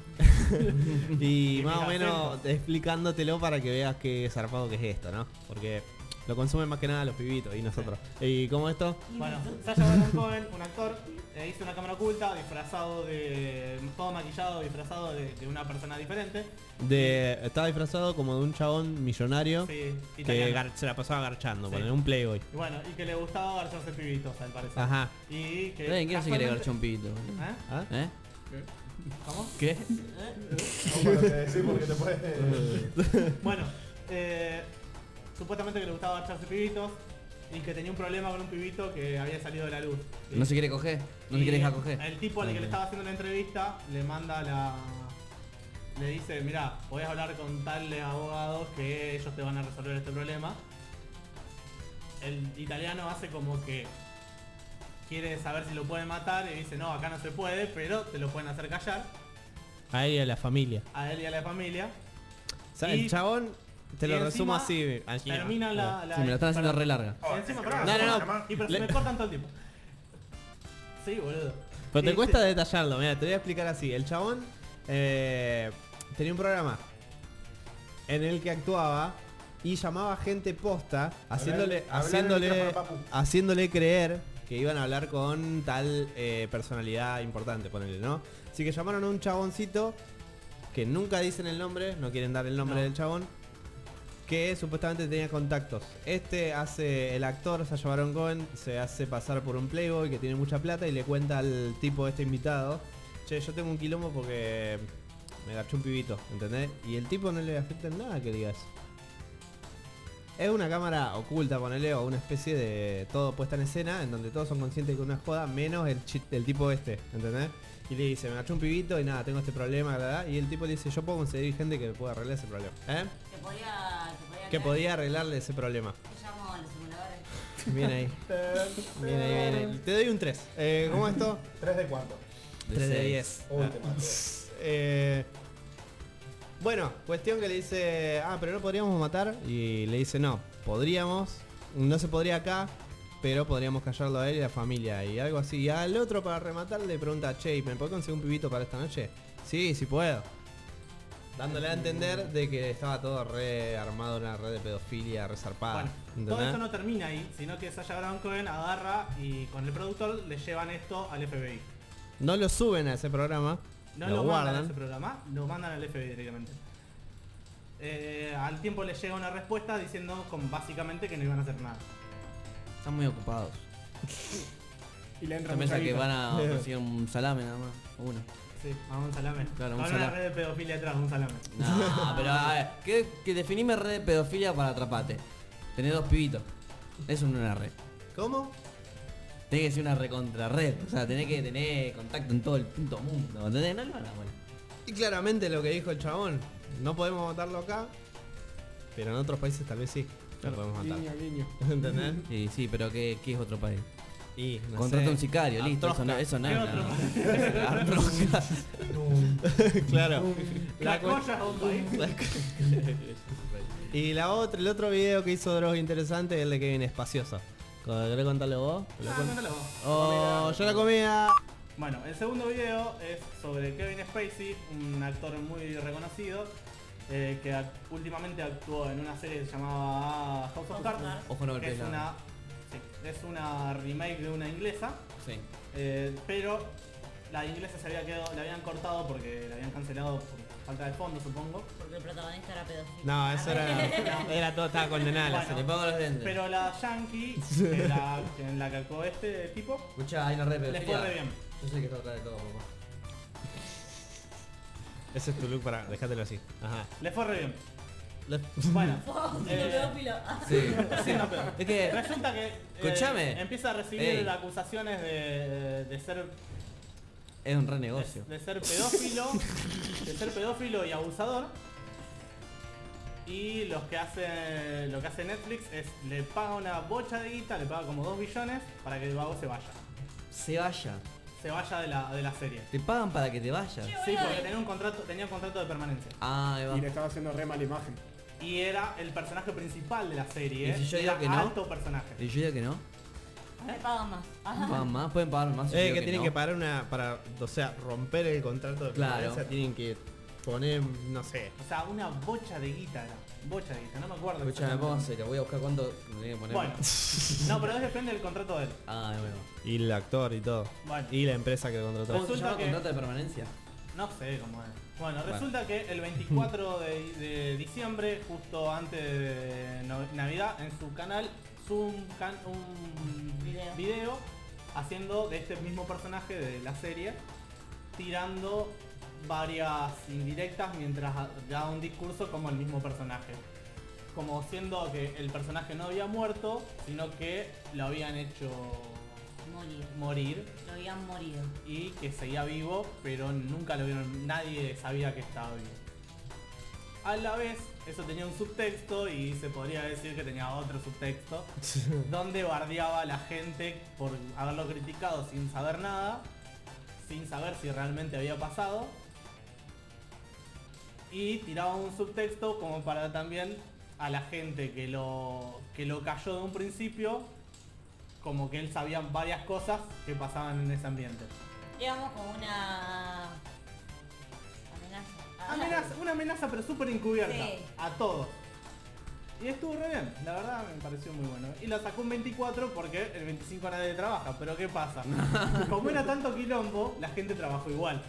E: y
B: Y
E: más o
B: mis
E: menos
B: acentos.
E: explicándotelo para que veas qué zarpado que es esto, ¿no? Porque lo consumen más que nada los pibitos y nosotros. ¿Y cómo esto?
B: Bueno, Sasha Baron Cohen, un actor, eh, hizo una cámara oculta disfrazado de... todo maquillado, disfrazado de, de una persona diferente.
E: De, estaba disfrazado como de un chabón millonario
B: Sí,
E: que
B: italiano.
E: gar- se la pasaba garchando,
B: Sí.
E: ponele, un playboy.
B: Y bueno, y que le gustaba garcharse pibitos, al parecer.
E: Ajá.
B: Y
F: Eh,
B: que...
C: Está bien, ¿Quién no se quiere
B: casualmente-
C: garchar un pito? boludo?
B: ¿Eh?
E: ¿Ah?
C: ¿Eh?
B: ¿Cómo? ¿Eh?
C: ¿Qué?
A: No, bueno, te decís porque te puedes-
B: Bueno, eh, supuestamente que le gustaba garcharse pibitos y que tenía un problema con un pibito que había salido de la luz.
C: ¿No se quiere coger? ¿No se
B: Y
C: quiere dejar coger?
B: El tipo al que le estaba haciendo la entrevista le manda la. Le dice, mira, podés hablar con tales abogados que ellos te van a resolver este problema. El italiano hace como que quiere saber si lo pueden matar y dice, no, acá no se puede, pero te lo pueden hacer callar
E: A él y a la familia.
B: a él y a la familia.
E: O sea,
B: Y-
E: el chabón, te
B: y
E: lo resumo
B: encima
E: así. así,
B: Termina
E: ah,
B: la, la-
C: Sí, me lo están haciendo
B: perdón.
C: re larga.
A: Oh,
B: Y encima, pará,
C: No, no, no.
B: pará, Y pero se
E: Le-
B: me cortan todo el tiempo. Sí, boludo.
E: Pero te
B: Y
E: cuesta
B: dice-
E: detallarlo, mira, te voy a explicar así. El chabón eh, tenía un programa en el que actuaba y llamaba gente posta, haciéndole,
A: habla en el
E: haciéndole,
A: micrófono, papu.
E: haciéndole creer que iban a hablar con tal eh, personalidad importante, ponele, ¿no? Así que llamaron a un chaboncito que nunca dicen el nombre, no quieren dar el nombre
B: No.
E: del chabón, que supuestamente tenía contactos. Este hace, el actor Sacha Baron Cohen se hace pasar por un playboy que tiene mucha plata y le cuenta al tipo este invitado, che, yo tengo un quilombo porque me garché un pibito, ¿entendés? Y el tipo no le afecta en nada que digas. Es una cámara oculta, ponele, o una especie de todo puesta en escena, en donde todos son conscientes de que una joda, menos el, chi- el tipo este, ¿entendés? Y le dice, me garché un pibito y nada, tengo este problema, bla, bla, Y el tipo le dice, yo puedo conseguir gente que me pueda arreglar ese problema. ¿Eh?
D: Que podía... Que podía,
E: Que podía arreglarle ese problema.
D: Yo llamo a los simuladores.
E: Bien ahí. Bien ahí, bien ahí. Te doy un 3. Eh, ¿Cómo esto?
A: ¿Tres de cuánto?
C: De
E: 3 de
C: seis.
E: 10.
A: Uy, te
E: Ah.
A: mato.
E: Eh, bueno, cuestión que le dice, ah, pero no podríamos matar. Y le dice, no, podríamos. No se podría acá, pero podríamos callarlo a él y a la familia. Y algo así. Y al otro para rematar le pregunta, che, ¿y ¿me puedo conseguir un pibito para esta noche? Sí, sí puedo. Dándole a entender de que estaba todo re armado, una red de pedofilia resarpada.
B: Bueno, todo esto no termina ahí, sino que Sasha Baron Cohen agarra y con el productor le llevan esto al FBI.
E: No lo suben a ese programa.
B: No
E: lo,
B: lo, mandan a
E: guardan.
B: ese programa, lo mandan al FBI directamente. Eh, al tiempo le llega una respuesta diciendo con básicamente que no iban a hacer nada.
C: Están muy ocupados.
F: Y le entra
C: Se piensa
F: mucha
C: que
F: guita.
C: van a conseguir un salame nada más. Uno.
B: Sí, vamos a un salame.
C: Claro, un
B: Con una
C: salame.
B: red de pedofilia atrás, un salame.
C: No, pero a ver, que, que definime red de pedofilia para atrapate. Tenés dos pibitos. Eso no es una red.
E: ¿Cómo?
C: Tenés que ser una recontra red. O sea, tenés que tener contacto en todo el puto mundo. ¿Entendés? No lo van a poner.
E: Y claramente lo que dijo el chabón, no podemos matarlo acá, pero en otros países tal vez sí. Lo podemos matar.
F: Guiño, guiño.
E: ¿Entendés?
C: Sí, sí, pero ¿qué, qué es otro país?
E: Y no
C: Contrata
E: sé,
C: un sicario, listo. Eso no,
E: Atrosca.
C: eso no
B: ¿Qué
C: es
B: otro
C: nada.
B: país?
C: Atrosca.
E: claro.
B: La
E: cu-
B: colla es un país.
E: y la otra, el otro video que hizo Dross interesante es el de Kevin Espaciosa. ¿Querés contarlo vos?
B: Ah, contalo vos.
E: Oh, yo la comía.
B: Bueno, el segundo video es sobre Kevin Spacey, un actor muy reconocido eh, que ac- últimamente actuó en una serie llamada House of
D: House of
B: Cards,
D: Cards.
C: Ojo no
B: que
C: golpees
B: es
C: nada.
B: una, sí, es una remake de una inglesa,
C: Sí.
B: eh, pero la inglesa se había quedado, la habían cortado porque la habían cancelado por falta de fondo, supongo.
D: Porque el protagonista era pedófilo.
E: No, eso era. Era todo, estaba condenada la
B: Bueno.
C: Se le pongo los dientes.
B: Pero la Yankee, en la, en la que actuó este tipo,
C: Escucha, hay una red de
B: le
C: pedofilia.
B: fue re bien.
C: Yo sé que está atrás de todo, papá.
E: Ese es tu look para. Dejátelo así. Ajá.
B: Le fue re bien.
E: Le-
B: Bueno,
D: Oh, siendo
B: Eh,
D: pedófilo.
C: Sí.
B: sí, no, pero-
C: Es que.
B: Resulta que eh,
C: Escuchame.
B: empieza a recibir
C: Ey.
B: acusaciones de, de ser
C: Es un
B: de,
C: renegocio.
B: de ser pedófilo, de ser pedófilo y abusador. Y los que hace lo que hace Netflix es le paga una bocha de guita, le paga como 2 billones para que el vago se vaya.
C: Se vaya.
B: Se vaya de la, de la serie.
C: Te pagan para que te vayas.
D: Qué
B: Sí,
D: bueno.
B: porque tenía un contrato, tenía un contrato de permanencia.
C: Ah, ahí va.
F: Y le estaba haciendo re mala imagen.
B: Y era el personaje principal de la serie.
C: ¿Y si yo
B: era
C: digo que no?
B: alto personaje.
C: Y yo digo que no.
D: Me pagan más. Ajá.
C: Pagan más, pueden pagar más. si yo
E: Eh,
C: digo
E: que tienen
C: no.
E: que pagar una para, o sea, romper el contrato de
C: Claro.
E: permanencia, tienen que poner, no sé.
B: O sea, una bocha de guita era. Bocha de guita, no me acuerdo.
C: Escuchame,
B: exactamente.
C: vamos a serio, voy a buscar cuánto me tienen que poner.
B: Bueno, no, pero es depende del contrato de él.
C: Ah, de nuevo.
E: Y el actor y todo.
B: Bueno.
E: Y la empresa que
C: ¿Cómo
E: contrató.
C: se
B: Resulta
C: llama
B: que-
C: contrato de permanencia?
B: No sé cómo es. Bueno, resulta que el 24 de, de diciembre, justo antes de no- Navidad, en su canal sube un, can- un
D: Video.
B: video haciendo de este mismo personaje de la serie, tirando varias indirectas mientras ha- da un discurso como el mismo personaje. Como siendo que el personaje no había muerto, sino que lo habían hecho
D: Morir.
B: morir
D: Lo habían morido.
B: y que seguía vivo, pero nunca lo vieron, nadie sabía que estaba vivo. A la vez, eso tenía un subtexto y se podría decir que tenía otro subtexto, donde bardeaba a la gente por haberlo criticado sin saber nada, sin saber si realmente había pasado, y tiraba un subtexto como para también a la gente que lo, que lo cayó de un principio, como que él sabía varias cosas que pasaban en ese ambiente.
D: Digamos como una... Amenaza. Ah,
B: Amenaza- una amenaza pero súper encubierta.
D: Sí.
B: A todos. Y estuvo re bien, la verdad me pareció muy bueno. Y la sacó un 24 porque el 25 nadie trabaja, pero ¿qué pasa? Como era tanto quilombo, la gente trabajó igual.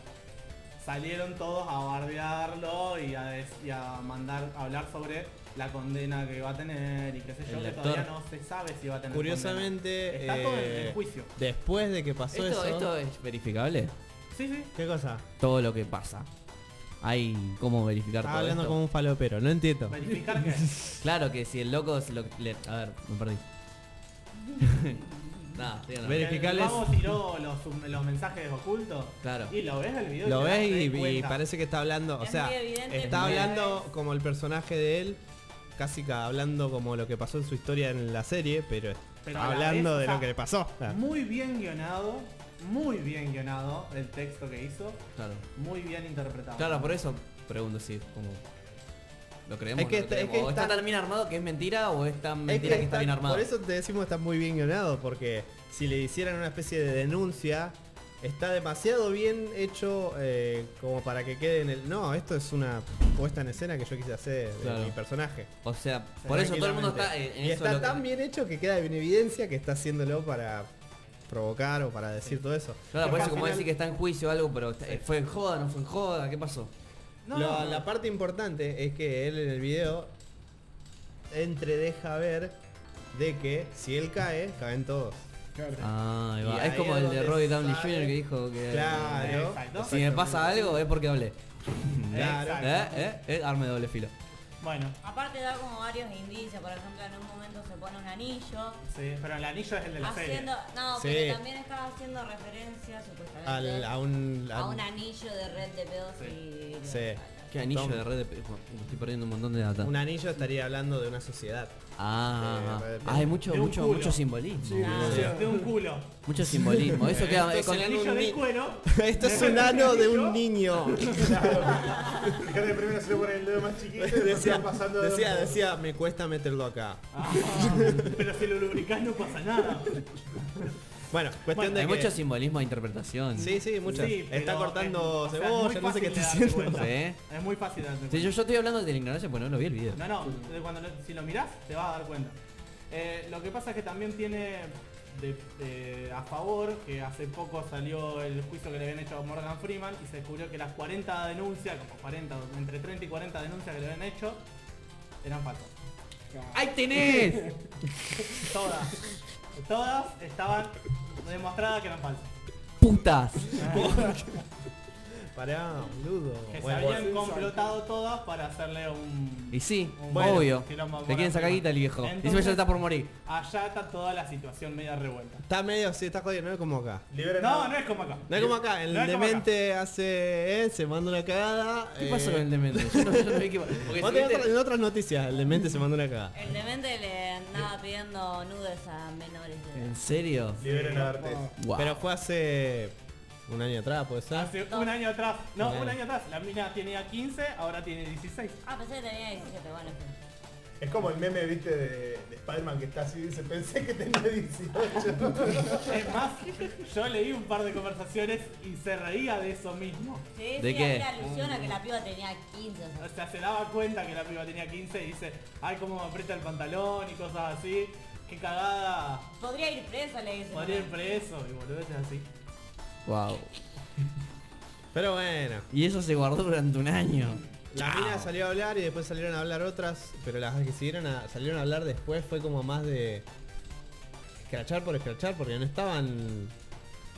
B: salieron todos a bardearlo y a, des- y a mandar a hablar sobre la condena que va a tener y qué sé yo,
E: El
B: que
E: actor.
B: todavía no se sabe si va a tener
E: Curiosamente,
B: condena. está todo en,
E: eh,
B: en juicio.
E: después de que pasó
C: ¿Esto,
E: eso...
C: ¿Esto es verificable?
B: Sí, sí.
E: ¿Qué cosa?
C: Todo lo que pasa. Hay cómo verificar
E: Estaba
C: todo
E: hablando
C: esto.
E: como un falopero, no entiendo.
B: Verificar que
C: Claro que si el loco se lo... le- A ver, me perdí. Nada, estoy ganando.
E: Ver- Verificarles-
B: Vamos tiró los, sub- los mensajes ocultos.
C: Claro.
B: Y lo ves el video.
E: Lo
B: y te
E: ves y,
B: das
E: y
B: cuenta.
E: parece que está hablando, o
D: Es
E: sea,
D: muy evidente,
E: está
D: pero
E: hablando
D: es-
E: como el personaje de él, casi ca- hablando como lo que pasó en su historia en la serie, pero,
B: Pero
E: está
B: a la
E: hablando
B: vez, o
E: de
B: sea,
E: lo que le pasó.
B: Muy bien guionado. Muy bien guionado el texto que hizo.
C: Claro.
B: Muy bien interpretado.
C: Claro, por eso pregunto si es como... ¿Lo creemos?
E: Es que
C: no lo
E: está- es
C: creemos?
E: que
C: ¿O está,
E: está-
C: tan bien armado que es mentira o es tan mentira que, está, bien armado?
E: Por eso te decimos que está muy bien guionado, porque si le hicieran una especie de denuncia, está demasiado bien hecho eh, como para que quede en el... No, esto es una puesta en escena que yo quise hacer de
C: Claro.
E: mi personaje.
C: O sea, por eso todo el mundo está en, en
E: y
C: eso.
E: está
C: lo que-
E: tan bien hecho que queda en evidencia que está haciéndolo para provocar o para decir todo eso.
C: Claro, por
E: Capaz
C: eso como
E: final-
C: decir que está en juicio algo, pero está- eh, fue en joda, no fue en joda, ¿qué pasó?
B: No,
E: la,
B: no.
E: la parte importante es que él en el video entredeja ver de que si él cae, caen todos.
F: Claro.
C: Ah, ahí
E: Y
C: va.
E: ahí
C: Es como
E: es
C: el de
E: donde
C: Robbie Downey
E: sale-
C: Jr. que dijo que...
E: Claro.
B: Exacto.
C: Si me pasa algo es porque hablé.
E: Claro.
C: ¿Eh? ¿Eh? ¿Eh? Arme de doble filo.
B: Bueno,
D: Aparte da como varios indicios, por ejemplo, en un momento se pone un anillo.
B: sí, pero el anillo es el de la
D: Haciendo,
B: serie.
D: no,
E: Sí.
D: pero también estaba haciendo referencia supuestamente
E: Al- a un...
D: a un
E: a-
D: anillo de red de pedófilos.
E: Sí.
C: Qué anillo
E: Tom.
C: de red de... pe- bueno, me Estoy perdiendo un montón de data.
E: un anillo estaría hablando de una sociedad.
C: Ah,
E: de red de pe-
C: hay mucho,
B: de un
C: mucho,
B: culo.
C: mucho simbolismo.
E: Ah.
C: boludo.
B: Ah, Sí, De un culo.
C: Mucho simbolismo. Eso queda... eh,
E: Esto
C: con
B: El
E: se-
C: el-
B: anillo
E: un
B: de
E: ni-
B: cuero.
E: Esto es un ano de un niño.
A: Fíjate, primero se le pone el dedo más chiquito y después
E: decía,
A: va pasando de-
E: decía, decía, me cuesta meterlo acá.
B: Ah, pero si lo lubricás no pasa nada.
E: Bueno, cuestión de
C: Hay
E: que...
C: mucho simbolismo de interpretación.
E: Sí, sí, muchas.
B: Sí, pero
E: está cortando
B: es- o sea, es
E: cebolla,
B: muy
E: no sé qué
B: fácil
E: está
B: de darse
E: haciendo.
B: cuenta.
C: Sí.
B: Es muy fácil de darte
C: Sí,
B: cuenta.
C: yo, yo estoy hablando de la ignorancia porque no lo vi el video.
B: No, no, de cuando lo- si lo mirás te vas a dar cuenta. Eh, lo que pasa es que también tiene de- eh, a favor que hace poco salió el juicio que le habían hecho a Morgan Freeman y se descubrió que las 40 denuncias, como 40, entre 30 y 40 denuncias que le habían hecho, eran falsas.
C: ¡Ahí tenés!
B: Todas. Todas estaban demostradas que eran falsas.
C: ¡Putas!
E: Pará, boludo.
B: Que se
E: Bueno, pues,
B: habían complotado todas para hacerle un...
C: Y sí,
B: un
E: Bueno,
C: obvio.
B: quilombo a
C: Te quieren
B: Morgan
C: sacar
B: Freeman.
C: guita el viejo. Y encima
B: Entonces,
C: ya está por morir.
B: Allá está toda la situación media revuelta.
E: Está medio, sí, está jodido, no es como acá.
A: Liberen
B: No,
A: a-
B: no es como acá.
E: No es como acá, el
B: No es como
E: demente hace, eh, se manda una cagada.
C: ¿Qué
E: eh,
C: pasó con el demente? Yo no, yo no vi qué pasó. Porque
E: vos
C: si
E: tenés
C: viste-
E: otra- en otras noticias, el demente se manda una cagada.
D: El demente le andaba pidiendo nudes a menores de edad.
C: ¿En serio?
A: Liberen
E: Ah.
A: a Artes.
C: Wow.
E: Pero fue hace un año atrás, puede ser.
B: Hace un año atrás. No,
E: Un
B: un
E: año
B: año atrás. La mina tenía 15, ahora tiene 16.
D: Ah, pensé que tenía 17, bueno. espera.
A: Es como el meme, viste, de, de Spider-Man que está así y dice, pensé que tenía 18.
B: Es más, yo leí un par de conversaciones y se reía de eso mismo.
D: Sí,
C: ¿De
D: sí,
C: qué?
D: hacía alusión a que la piba tenía 15. O sea,
B: O sea, se daba cuenta que la piba tenía 15 y dice, ay, cómo me aprieta el pantalón y cosas así. Qué cagada.
D: podría ir presa, le dice.
B: Podría ir preso y boludeces así.
C: Wow.
E: Pero bueno.
C: Y eso se guardó durante un año.
E: La mina salió a hablar y después salieron a hablar otras, pero las que siguieron a, salieron a hablar después fue como más de escrachar por escrachar porque no estaban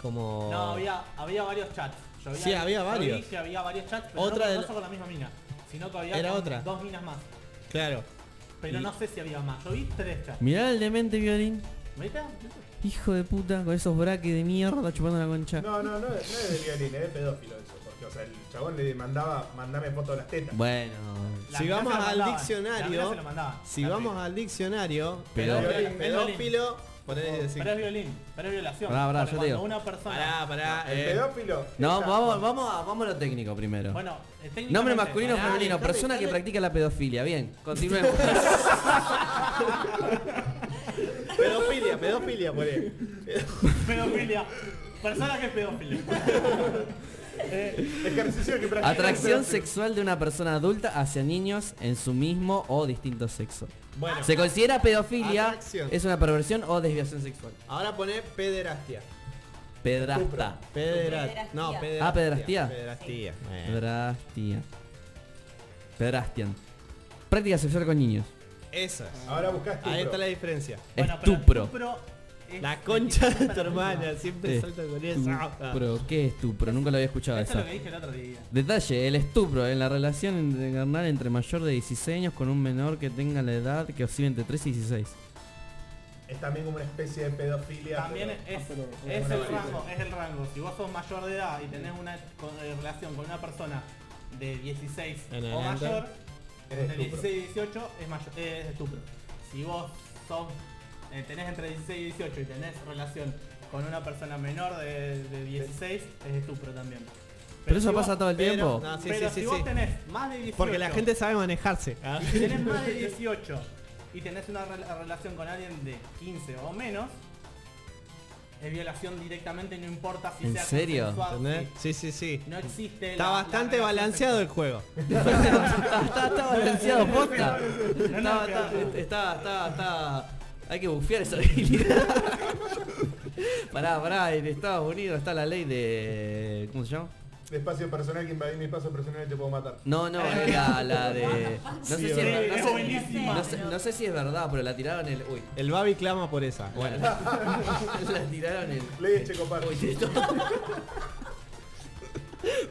E: como
B: No, había, había varios chats. Yo
E: Oh. Sí, había
B: yo vi
E: varios.
B: que había varios chats, pero
E: Otra
B: no,
E: de
B: no
E: la-
B: solo con la misma mina, sino que había
E: Era
B: con
E: otra.
B: dos minas más.
E: claro.
B: Pero
E: Y-
B: no sé si había más. Yo vi tres chats.
C: Mirá el demente violín.
B: ¿Viste?
C: Hijo de puta, con esos braques de mierda chupando la concha.
A: No, no, no, no es de violín, es de pedófilo eso. Porque, o sea, el chabón le mandaba, mandame fotos de las tetas.
C: Bueno.
B: La
E: Si
B: mina
E: vamos
B: se lo
E: al
B: mandaba,
E: diccionario,
B: la mina se lo mandaba,
E: Si
B: la
E: vamos
B: mina.
E: al diccionario,
C: Pedófilo.
E: pedófilo, pedófilo, ponele decir.
B: Pero es violín, pero es violación.
C: Pará, pará,
B: Porque
C: yo te
B: cuando
C: digo.
B: una persona...
E: Pará, pará,
A: El
E: eh.
A: pedófilo.
C: No,
A: ella-
C: vamos, vamos a, vamos a lo técnico primero.
B: Bueno, eh, técnicamente-
C: Nombre masculino o
B: Pará,
C: femenino,
E: dejame,
C: persona que
E: dejame.
C: practica la pedofilia. Bien, continuemos.
E: Pedofilia, pedofilia, ponele.
B: Pedofilia. Persona que es pedófilo.
A: Ejercicio que practica
C: Atracción
A: el pedófilo.
C: sexual de una persona adulta hacia niños en su mismo o distinto sexo.
E: Bueno,
C: Se considera pedofilia,
E: Atracción.
C: es una perversión o desviación sexual.
E: ahora pone pederastia.
C: Pedrasta.
E: Pedera... No,
D: Pederastía.
C: Ah, pederastía.
E: pederastía. Pederastía. Eh.
C: Pedrastia. Pedrastian. Práctica sexual con niños.
E: Esas.
A: Ahora este. buscaste.
E: Ahí está la diferencia.
B: pero
C: estupro.
B: estupro es-
E: La concha de tu
B: para
E: hermana, siempre salta con Ah. eso.
C: Mm, Estupro. ¿Qué estupro? Nunca lo había escuchado
B: Eso es lo
C: esa.
B: que dije el otro día.
C: Detalle, el estupro en la relación entre- carnal entre mayor de 16 años con un menor que tenga la edad que oscila entre 3 y 16.
A: Es también como una especie de pedofilia.
B: También
A: pero-
B: es,
F: pero-
B: es
A: pero-
B: el rango, es el rango. Si vos sos mayor de edad y tenés una con- eh, relación con una persona de 16
E: En
B: o
E: adelante.
B: mayor,
A: Es
B: entre
A: estupro.
B: 16 y 18 es, mayor, es estupro. Si vos sos, eh, tenés entre 16 y 18 y tenés relación con una persona menor de, de 16, es estupro también.
C: Pero
B: si
C: eso
B: vos-
C: pasa todo el
E: pero-
C: tiempo.
E: no, sí,
B: pero
E: sí, sí,
B: si vos
E: sí.
B: tenés más de 18
E: Porque la gente sabe manejarse. ¿ah?
B: si tenés más de 18 y tenés una rela- relación con alguien de 15 o menos, es violación directamente, no importa si
C: ¿En
B: sea
C: serio?
B: consensuado,
E: ¿Entendés?
B: si-
E: Sí, sí, sí.
B: No existe.
E: Está
B: la- la
E: bastante
B: relación
E: balanceado el juego.
C: está, está- está balanceado, posta.
B: no,
C: Está, está,
B: pero-
C: está, está, está- Hay que bufear esa habilidad. pará, pará, en Estados Unidos está la ley de... ¿Cómo se llama?
A: Espacio personal, que invadí mi espacio personal y te puedo matar.
C: No, no, era la de... No sé, si es,
E: Sí,
C: ver- no
B: es
C: sé-
B: buenísima.
C: no sé- no sé si es verdad, pero la tiraron el... Uy.
E: El Babi clama por esa. Bueno.
C: la tiraron el...
A: Ley de Checopar.
C: Uy, te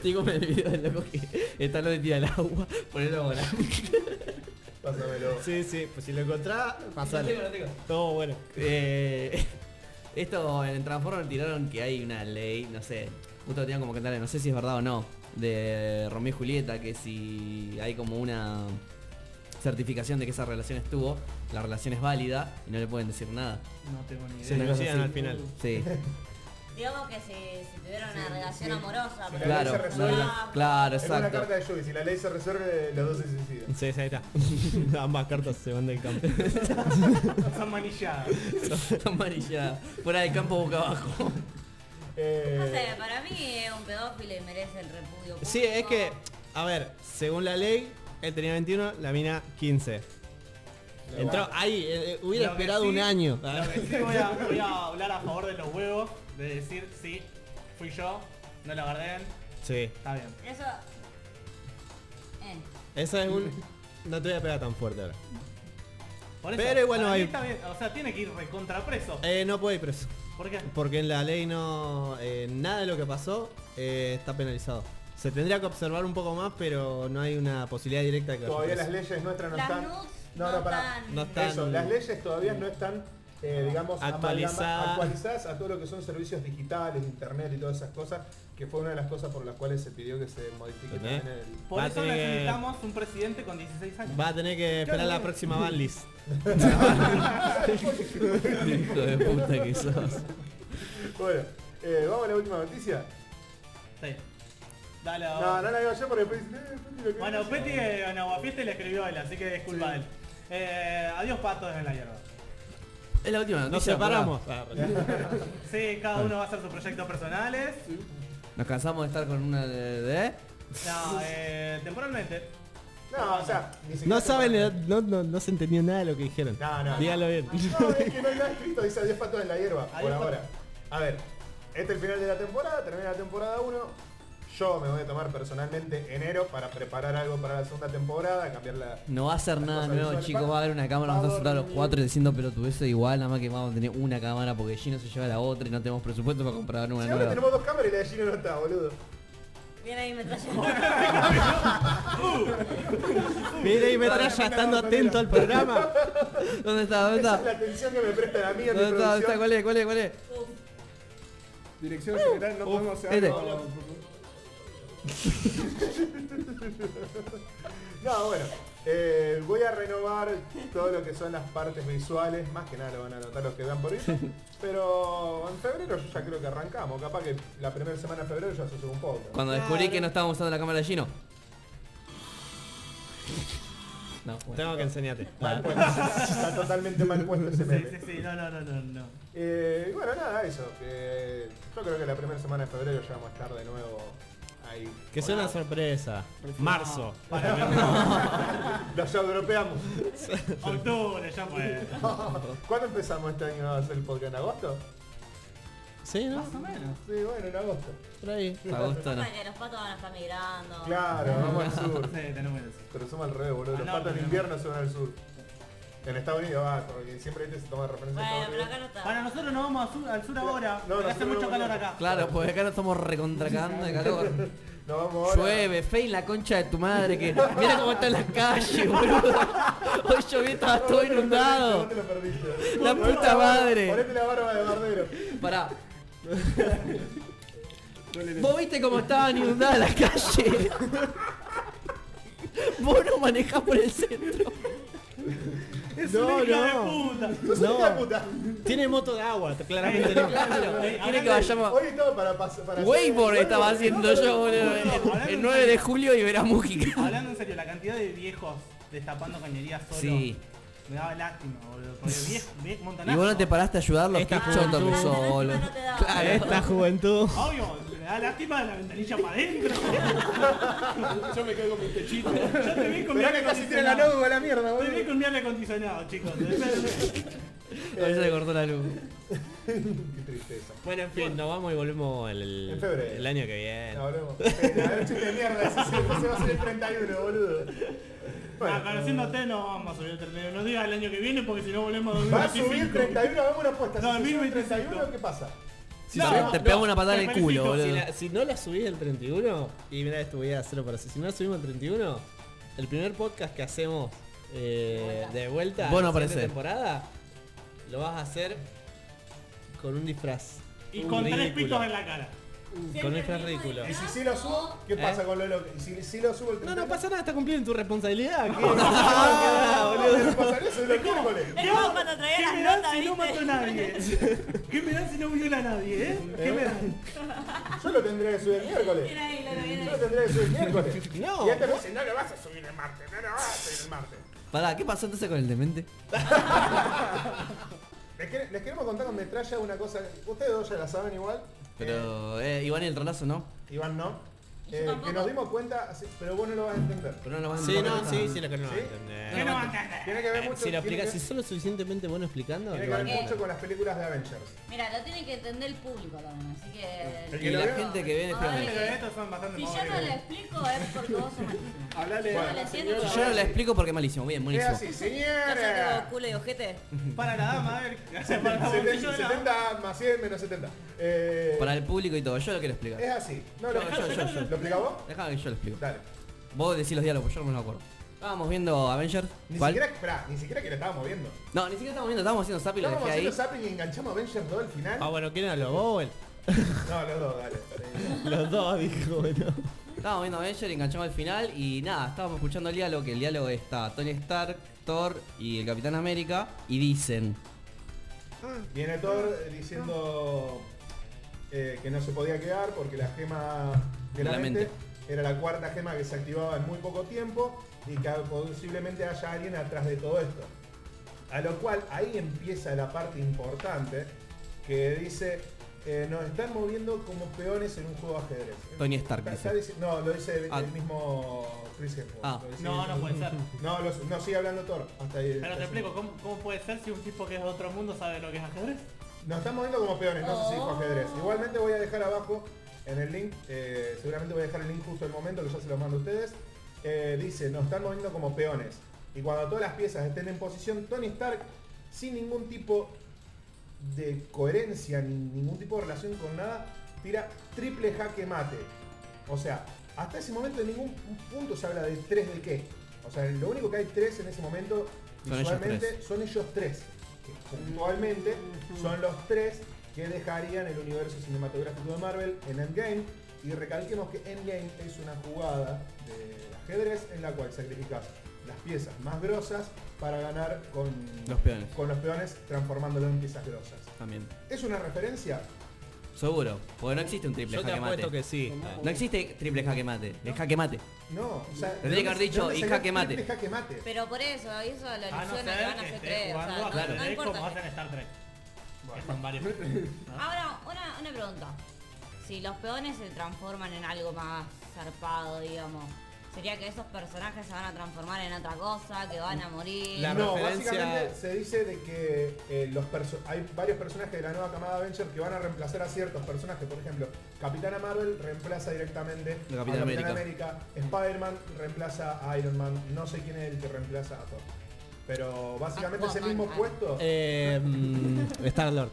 C: Tengo el video del loco que está lo de tira el agua, ponelo ahora.
A: Pásamelo.
E: Sí, sí, pues si lo encontrás, pasale.
C: Lo tengo, lo tengo.
E: Todo bueno.
C: Eh, esto en Transformers tiraron que hay una ley, no sé, justo tenían como cantarle, no sé si es verdad o no, de Romeo y Julieta, que si hay como una certificación de que esa relación estuvo, la relación es válida y no le pueden decir nada.
B: No tengo ni
E: Se
B: idea.
E: negocian al final.
C: Sí,
D: Digamos que si, si tuvieron una relación amorosa,
A: Sí,
D: pero
C: claro,
A: se resuelve.
C: no, claro,
A: Es una
C: exacto.
A: carta de lluvia. Si la ley se resuelve, los dos se suicidan.
E: Sí, sí, ahí está. Ambas cartas se van del campo.
B: Son manilladas.
C: Amarilla, fuera del campo boca abajo.
A: Eh,
D: No sé, para mí es un pedófilo y merece el repudio.
E: Sí, es
D: público.
E: que, a ver, según la ley, él tenía 21, la mina 15. Entró ahí, eh, eh, hubiera
B: Lo que
E: esperado
B: sí-
E: un año.
B: Lo que sí voy a, voy a hablar a favor de los huevos, de decir, sí, fui yo, no la guardé,
E: Sí,
B: está bien.
D: Eso. Eh,
E: esa es un... No te voy a pegar tan fuerte ahora.
B: Por eso,
E: Pero igual
B: para
E: no
B: mí
E: hay-
B: está bien, o sea, tiene que ir recontrapreso.
E: Eh, no puede ir preso.
B: ¿Por qué?
E: Porque en la ley no... eh, nada de lo que pasó eh, está penalizado. Se tendría que observar un poco más, pero no hay una posibilidad directa de que vaya
A: Todavía las
E: preso.
A: leyes nuestras no
D: las
A: están.
D: nudes
A: No,
D: no,
A: no, pará.
D: están.
E: No están-
A: Eso, las leyes todavía no están, eh, digamos,
E: Actualizadas.
A: amalgama- actualizadas a todo lo que son servicios digitales, internet y todas esas cosas, que fue una de las cosas por las cuales se pidió que se modifique
E: ¿Entendés?
A: también el...
B: Por
E: Va a
B: eso
E: tener que-
B: necesitamos un presidente con 16 años.
E: Va a tener que esperar la próxima banlist.
C: Hijo de puta que sos.
A: Bueno, eh, vamos a la última noticia.
B: Sí. Dale a
E: Ah.
A: No, no la digo yo porque después... eh, Peti lo que
B: Bueno,
A: dice.
B: Petty eh, en Aguafiesta le escribió a él, así que disculpa a él. Eh, adiós patos en la hierba.
C: Es la última
E: Nos
C: noticia,
E: separamos.
B: Sí, cada uno va a hacer sus proyectos personales.
C: pará. Nos cansamos de estar con una de... de-
B: No, eh, temporalmente.
A: No, o sea, ni siquiera...
E: No
A: se-
E: saben, eh, no, no, no se entendió nada de lo que dijeron.
A: No, no.
E: Dígalo bien.
A: No, es que no está escrito, dice adiós patos en la hierba, por
B: Adiós, patos.
A: ahora. A ver, este es el final de la temporada, termina la temporada 1. Yo me voy a tomar personalmente enero para preparar algo para la segunda temporada, cambiar la...
C: No va a hacer
A: Las
C: nada
A: cosas
C: nuevo,
A: visuales.
C: chicos. Va a haber una cámara,
A: Va
C: vamos a estar
A: a
C: sentados los
A: dormir.
C: cuatro diciendo pelotudeces igual, nada más que vamos a tener una cámara porque Gino se lleva la otra y no tenemos presupuesto para comprar una
A: Si ahora
C: nueva.
A: tenemos dos cámaras y la de Gino no está, boludo.
D: Viene ahí me trae.
E: Mira y metralla estando atento al programa.
C: ¿Dónde está? ¿Dónde
A: Esa es
C: está?
A: la atención que me prestan a mí en mi
C: ¿Dónde está? ¿Dónde está?
A: producción.
C: ¿Cuál es? ¿Cuál es? ¿Cuál es?
F: Dirección general, no podemos hacer
C: este.
F: algo-
A: No, bueno. eh, voy a renovar todo lo que son las partes visuales, más que nada lo van a notar los que vean por ahí. Pero en febrero yo ya creo que arrancamos, capaz que la primera semana de febrero ya se sube un poco.
C: Cuando descubrí que no estábamos usando la cámara de Gino. No, bueno.
E: Tengo que enseñarte.
A: Mal puesto. Está totalmente mal puesto ese
B: Sí, sí,
A: meme.
B: sí, no, no, no, no, no.
A: Eh, y bueno, nada, eso. que yo creo que la primera semana de febrero ya vamos a estar de nuevo ahí.
E: Que sea una sorpresa. Marzo.
B: Para
A: Los ya dropeamos.
B: Octubre, ya fue.
A: ¿Cuándo empezamos este año a hacer el podcast? ¿En agosto?
E: Sí, ¿no?
B: Más o menos.
A: Sí, bueno, en agosto.
E: Por ahí.
C: Agosto no.
D: Pasa que los patos van a estar
B: Ah.
D: migrando.
A: Claro, vamos al
B: Sí,
A: sur.
B: tenemos eso.
A: Pero somos al revés, boludo.
B: Ah,
A: Los
B: no,
A: patos en
B: pero-
A: invierno se van al sur. En Estados Unidos va, porque siempre viste, se toma referencia a
D: Bueno,
A: Estados
D: pero
A: Unidos.
D: acá no está.
B: Bueno, nosotros nos vamos a sur- al sur ahora,
A: No,
B: porque hace
A: nosotros
B: mucho
A: vamos
B: calor
A: a-
B: acá.
C: Claro, pues acá no estamos recontracagando de calor.
A: Nos vamos ahora.
C: Llueve, fe en la concha de tu madre que. Mira cómo está en la calle, boludo. Hoy llovió, estaba todo inundado.
A: te lo perdiste, no te lo perdiste.
C: La
A: Ponete
C: puta
A: barba-
C: madre.
A: Ponete la barba de bardero.
C: Pará. Vos viste cómo estaban inundadas las calles. Vos no manejás por el centro.
B: Es
E: No,
B: un hija
E: no.
B: de puta. Eh,
A: Sos
E: No.
A: no. una puta.
E: Tiene moto de agua, claramente no.
C: Claro, quiere que
A: Hoy
C: vayamos.
A: Hoy estaba para pasar. Para
C: Wayborn
A: hacer-
C: estaba haciendo yo, boludo.
B: Hablando
C: El, el
B: en
C: 9 de julio y verá Mújica.
B: Hablando en serio, la cantidad de viejos destapando cañerías solo
C: Sí.
B: me daba lástima, boludo. Porque viejo, viejo,
C: Y vos no te paraste a ayudarlos, qué
E: Esta
C: choto que
E: juventud.
C: sos, boludo.
D: Ah, No te da.
C: Claro.
E: Esta juventud.
B: Obvio, me da lástima la ventanilla para adentro.
F: Yo me quedo con mi techito.
B: Yo te vi con mi
A: Mirá que
B: aire
A: casi tiene la
B: acondicionado.
A: nube a la mierda,
B: Te vi
A: boludo.
B: con mi aire acondicionado, chicos.
C: No, ya le cortó la luz.
A: Qué tristeza.
E: Bueno, en fin, nos vamos y volvemos el,
A: En febrero.
E: el año que viene.
A: No, hablemos. La noche de mierda, ese se va a ser el 31, boludo.
B: Bueno, conociéndote no vamos a subir el 31. No digas el año que viene porque si no volvemos a
A: Va a subir
B: 2025.
A: 31, hagamos una apuesta.
B: No,
A: si se sube
B: 1025.
A: 31, ¿qué pasa?
E: Si
C: No,
E: subimos-
C: te pega una patada
B: te
C: en el culo,
B: felicito,
E: Si,
C: boludo.
E: la- si no la subís el 31, y mirá, esto voy a hacerlo para Si no la subimos el 31, el primer podcast que hacemos eh, de vuelta
C: Vos no
E: en la siguiente
C: aparecés.
E: temporada, lo vas a hacer con un disfraz.
B: Y con tres
E: Ridículo.
B: pitos en la cara.
D: Siempre
E: Con
D: el
E: un disfraz
D: mismo
E: ridículo.
A: Y
D: disfraz.
A: si sí lo subo,
B: ¿Eh?
A: ¿qué pasa con lo loco? Y si sí lo subo el
E: No,
A: 31.
E: no pasa nada, estás cumpliendo tu responsabilidad. ¿qué?
A: nada, boludo. No pasa eso, es los miércoles.
D: Es como cuando traía
B: ¿Qué
D: las
B: me dan
D: notas,
B: si no mato a
D: ¿viste?
B: nadie? ¿Qué me dan si no viola a nadie, eh? ¿Qué me dan?
A: Yo lo tendré que subir el miércoles.
D: Mira ahí, lo que
A: Yo
D: viene
A: lo
D: ahí.
A: tendré que subir el miércoles.
E: No.
A: Y este me dice, no lo vas a subir el martes, no lo vas a subir el martes.
C: Pará, ¿qué pasó entonces con el demente?
A: Les, quere- les queremos contar con metralla una cosa. Ustedes dos ya la saben igual. Eh,
C: Pero, eh, Iván y el trolazo no.
A: Iván no.
D: Y yo
A: Eh, que
D: tampoco.
A: nos dimos cuenta, así- pero vos no lo vas a entender.
C: Pero no lo van a
E: Sí, no,
C: entender.
E: sí, sí, lo que no.
A: ¿Sí?
B: ¿Qué
E: entendés.
B: no acá?
A: Tiene que
C: Eh,
A: ver mucho,
E: Si lo
A: tiene
E: explicas,
A: que-
E: si solo suficientemente bueno explicando,
A: tiene
E: lo
A: que ver
E: van a
A: mucho
E: entender.
A: con las películas de Avengers.
D: Mira, lo tiene que entender el público también, así que...
A: El
C: Y
A: que lo
C: la
A: vea-
C: gente que viene
D: Ay,
C: espérame.
B: Pero estos son bastante
D: Si yo
B: pobres.
D: no le explico es porque vos sos malísimo.
F: Hablale
D: Yo no
F: a
D: le
F: la
D: entiendo.
F: señora.
C: Si yo no la explico porque es malísimo, bien,
A: Es
C: buenísimo.
A: así,
D: Cállate
A: señora.
D: vos, culo y ojete.
B: Para la dama, a ver. o sea, Para la bolsillo de la
A: 70 más 100 menos 70. Eh,
C: Para el público y todo, yo lo quiero
A: Es
C: explicar.
A: así. No, lo,
C: Yo, yo, yo, yo.
A: ¿Lo explicás vos?
C: Dejame que yo lo explico.
A: Dale.
C: Vos decís los diálogos, yo no me lo acuerdo. Estábamos viendo Avengers.
A: Ni
C: ¿Cuál?
A: siquiera, pará, ni siquiera que la estábamos viendo.
C: No, ni siquiera estábamos viendo, estábamos haciendo zap y lo
A: Estábamos
C: dejé
A: haciendo
C: ahí.
A: zapping y enganchamos Avengers 2 al final.
E: Ah, bueno, ¿quién era lo vos?
A: No, los dos, dale. Sí.
E: Los dos, dijo, bueno.
C: Estábamos viendo Avengers, enganchamos al final y nada, estábamos escuchando el diálogo, que el diálogo está Tony Stark, Thor y el Capitán América y dicen.
A: Viene Thor eh, diciendo eh, que no se podía quedar porque la gema de la,
C: De la
A: mente,
C: mente.
A: era la cuarta gema que se activaba en muy poco tiempo y que posiblemente haya alguien atrás de todo esto. A lo cual ahí empieza la parte importante que dice eh, nos están moviendo como peones en un juego de ajedrez.
C: Tony Stark
A: Está-
C: dice.
A: está dici- no, lo dice el,
C: Ah.
A: el mismo Chris Hemsworth.
C: Ah.
A: Lo dice-
B: No, no puede ser.
A: No, lo- no sigue hablando Thor. Hasta ahí.
B: Pero te
A: Hasta-
B: explico, ¿cómo, cómo puede ser si un tipo que es de otro mundo sabe lo que es ajedrez?
A: Nos estamos viendo como peones, no sé si dijo
D: Oh.
A: ajedrez. Igualmente voy a dejar abajo en el link, eh, seguramente voy a dejar el link justo al momento, que ya se lo mando a ustedes. Eh, dice, nos están moviendo como peones. Y cuando todas las piezas estén en posición, Tony Stark, sin ningún tipo de coherencia, ni ningún tipo de relación con nada, tira triple jaque mate. O sea, hasta ese momento en ningún punto se habla de tres de qué. O sea, lo único que hay tres en ese momento
C: Son ellos
A: visualmente
C: tres.
A: son ellos tres, que puntualmente son los tres que dejarían el universo cinematográfico de Marvel en Endgame. Y recalquemos que Endgame es una jugada de ajedrez en la cual sacrificas las piezas más grosas para ganar con
C: Los peones.
A: con los peones transformándolo en piezas grosas.
C: También.
A: ¿Es una referencia?
C: Seguro. Porque no existe un triple
E: Yo te
C: jaque mate.
E: apuesto que sí.
C: No existe triple jaque mate. Es jaque mate.
A: No, o sea... ¿de
C: Tendría que
A: dónde-
C: haber dicho,
A: de dónde
C: y
A: salió
C: jaque mate.
A: triple jaque mate?
D: Pero por eso, eso lo
B: A Ah, no
D: alusión a que
B: ser
D: van a
B: que
D: hacer
B: esté
D: tres. O
B: jugando
D: sea,
B: a
D: no, no
B: ajedrez como
D: importa.
B: hacen Star Trek. Que
A: Bueno.
B: son varios.
D: Ahora, una, una pregunta. Si los peones se transforman en algo más zarpado, digamos, Sería que esos personajes se van a transformar en otra cosa, que van a morir.
E: La
A: no,
E: referencia-
A: básicamente se dice de que eh, los perso- hay varios personajes de la nueva camada Avenger que van a reemplazar a ciertos personajes. Por ejemplo, Capitana Marvel reemplaza directamente
C: De
A: a
C: Capitán América.
A: Spider-Man reemplaza a Iron Man, no sé quién es el que reemplaza a Thor. Pero básicamente es el
D: Aquaman,
A: mismo
D: ah.
A: puesto.
E: Eh, Star Lord.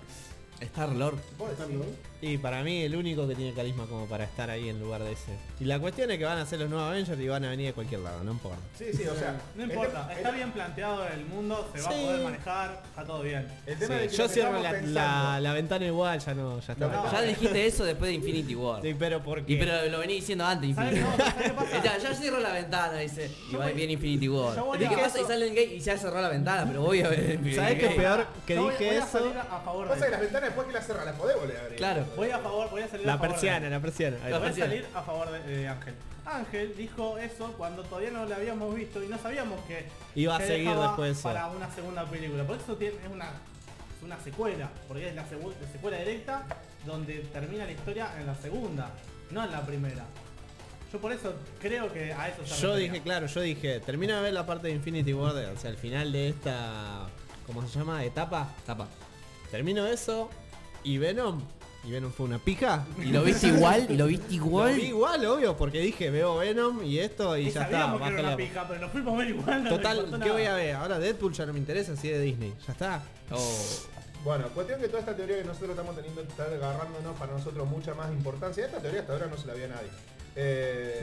C: Star Lord.
A: ¿Vos decís?
E: Y para mí el único que tiene carisma como para estar ahí en lugar de ese. Y la cuestión es que van a ser los nuevos Avengers y van a venir de cualquier lado, no importa.
A: Sí, sí, o sea.
B: No
A: el
B: importa,
E: Este-
A: tema-
B: está
A: el-
B: bien planteado el mundo, se va
E: Sí.
B: a poder manejar, está todo bien.
A: El tema
E: Sí,
A: de que
E: Yo
A: lo que
E: cierro
A: estamos
E: la,
A: pensando-
E: la- la ventana igual, ya no, ya está.
A: No, no.
C: Ya dijiste eso después de Infinity War.
E: Sí, pero ¿por qué?
C: Y pero lo venís diciendo antes
B: ¿Sabes
C: Infinity
B: no,
C: War.
B: ¿sabes qué pasa?
C: Ya, ya cierro la ventana, dice. Y
B: Yo
C: va
B: voy-
C: bien Infinity
B: yo
C: War.
B: voy
C: ¿Y
B: a-
C: qué pasa? Y sale el gay y ya cerró la ventana, pero voy a ver. Infinity
E: ¿Sabés qué es
C: Gate.
E: peor? Que
B: Yo voy-
E: dije
B: voy a
E: eso.
B: salir a a favor
A: Pasa que
B: de
A: las ventanas después que las cerras, las podés volver a abrir.
C: Claro.
B: Voy a favor, voy a salir a
E: La
B: favor de-
E: persiana, la persiana. Ahí
B: Yo voy
E: está.
B: a
C: persiana.
B: salir a favor de, de Ángel. Ángel dijo eso cuando todavía no lo habíamos visto y no sabíamos que
E: Iba a
B: se
E: seguir
B: dejaba
E: después eso.
B: para una segunda película. Por eso tiene, es una es una secuela, porque es la, segu- la secuela directa donde termina la historia en la segunda, no en la primera. Yo por eso creo que a eso se
E: Yo
B: refería.
E: dije, claro, yo dije, termina de ver la parte de Infinity War, o sea, el final de esta, ¿cómo se llama? Etapa.
C: Tapa.
E: Termino eso y Venom. Y Venom fue una pija.
C: ¿Y lo viste igual? ¿Y lo viste
E: Lo
C: igual?
E: vi igual, obvio, porque dije, veo Venom y esto y,
B: Y
E: ya está.
B: sabíamos que era
E: bájale.
B: una pija, pero lo fuimos a ver igual. no nos importó
E: Total, ¿qué
B: nada.
E: voy a ver? Ahora Deadpool ya no me interesa si es de Disney. Ya está.
C: Oh.
A: Bueno, cuestión que toda esta teoría que nosotros estamos teniendo está agarrándonos para nosotros mucha más importancia. Esta teoría hasta ahora no se la veía nadie. Eh,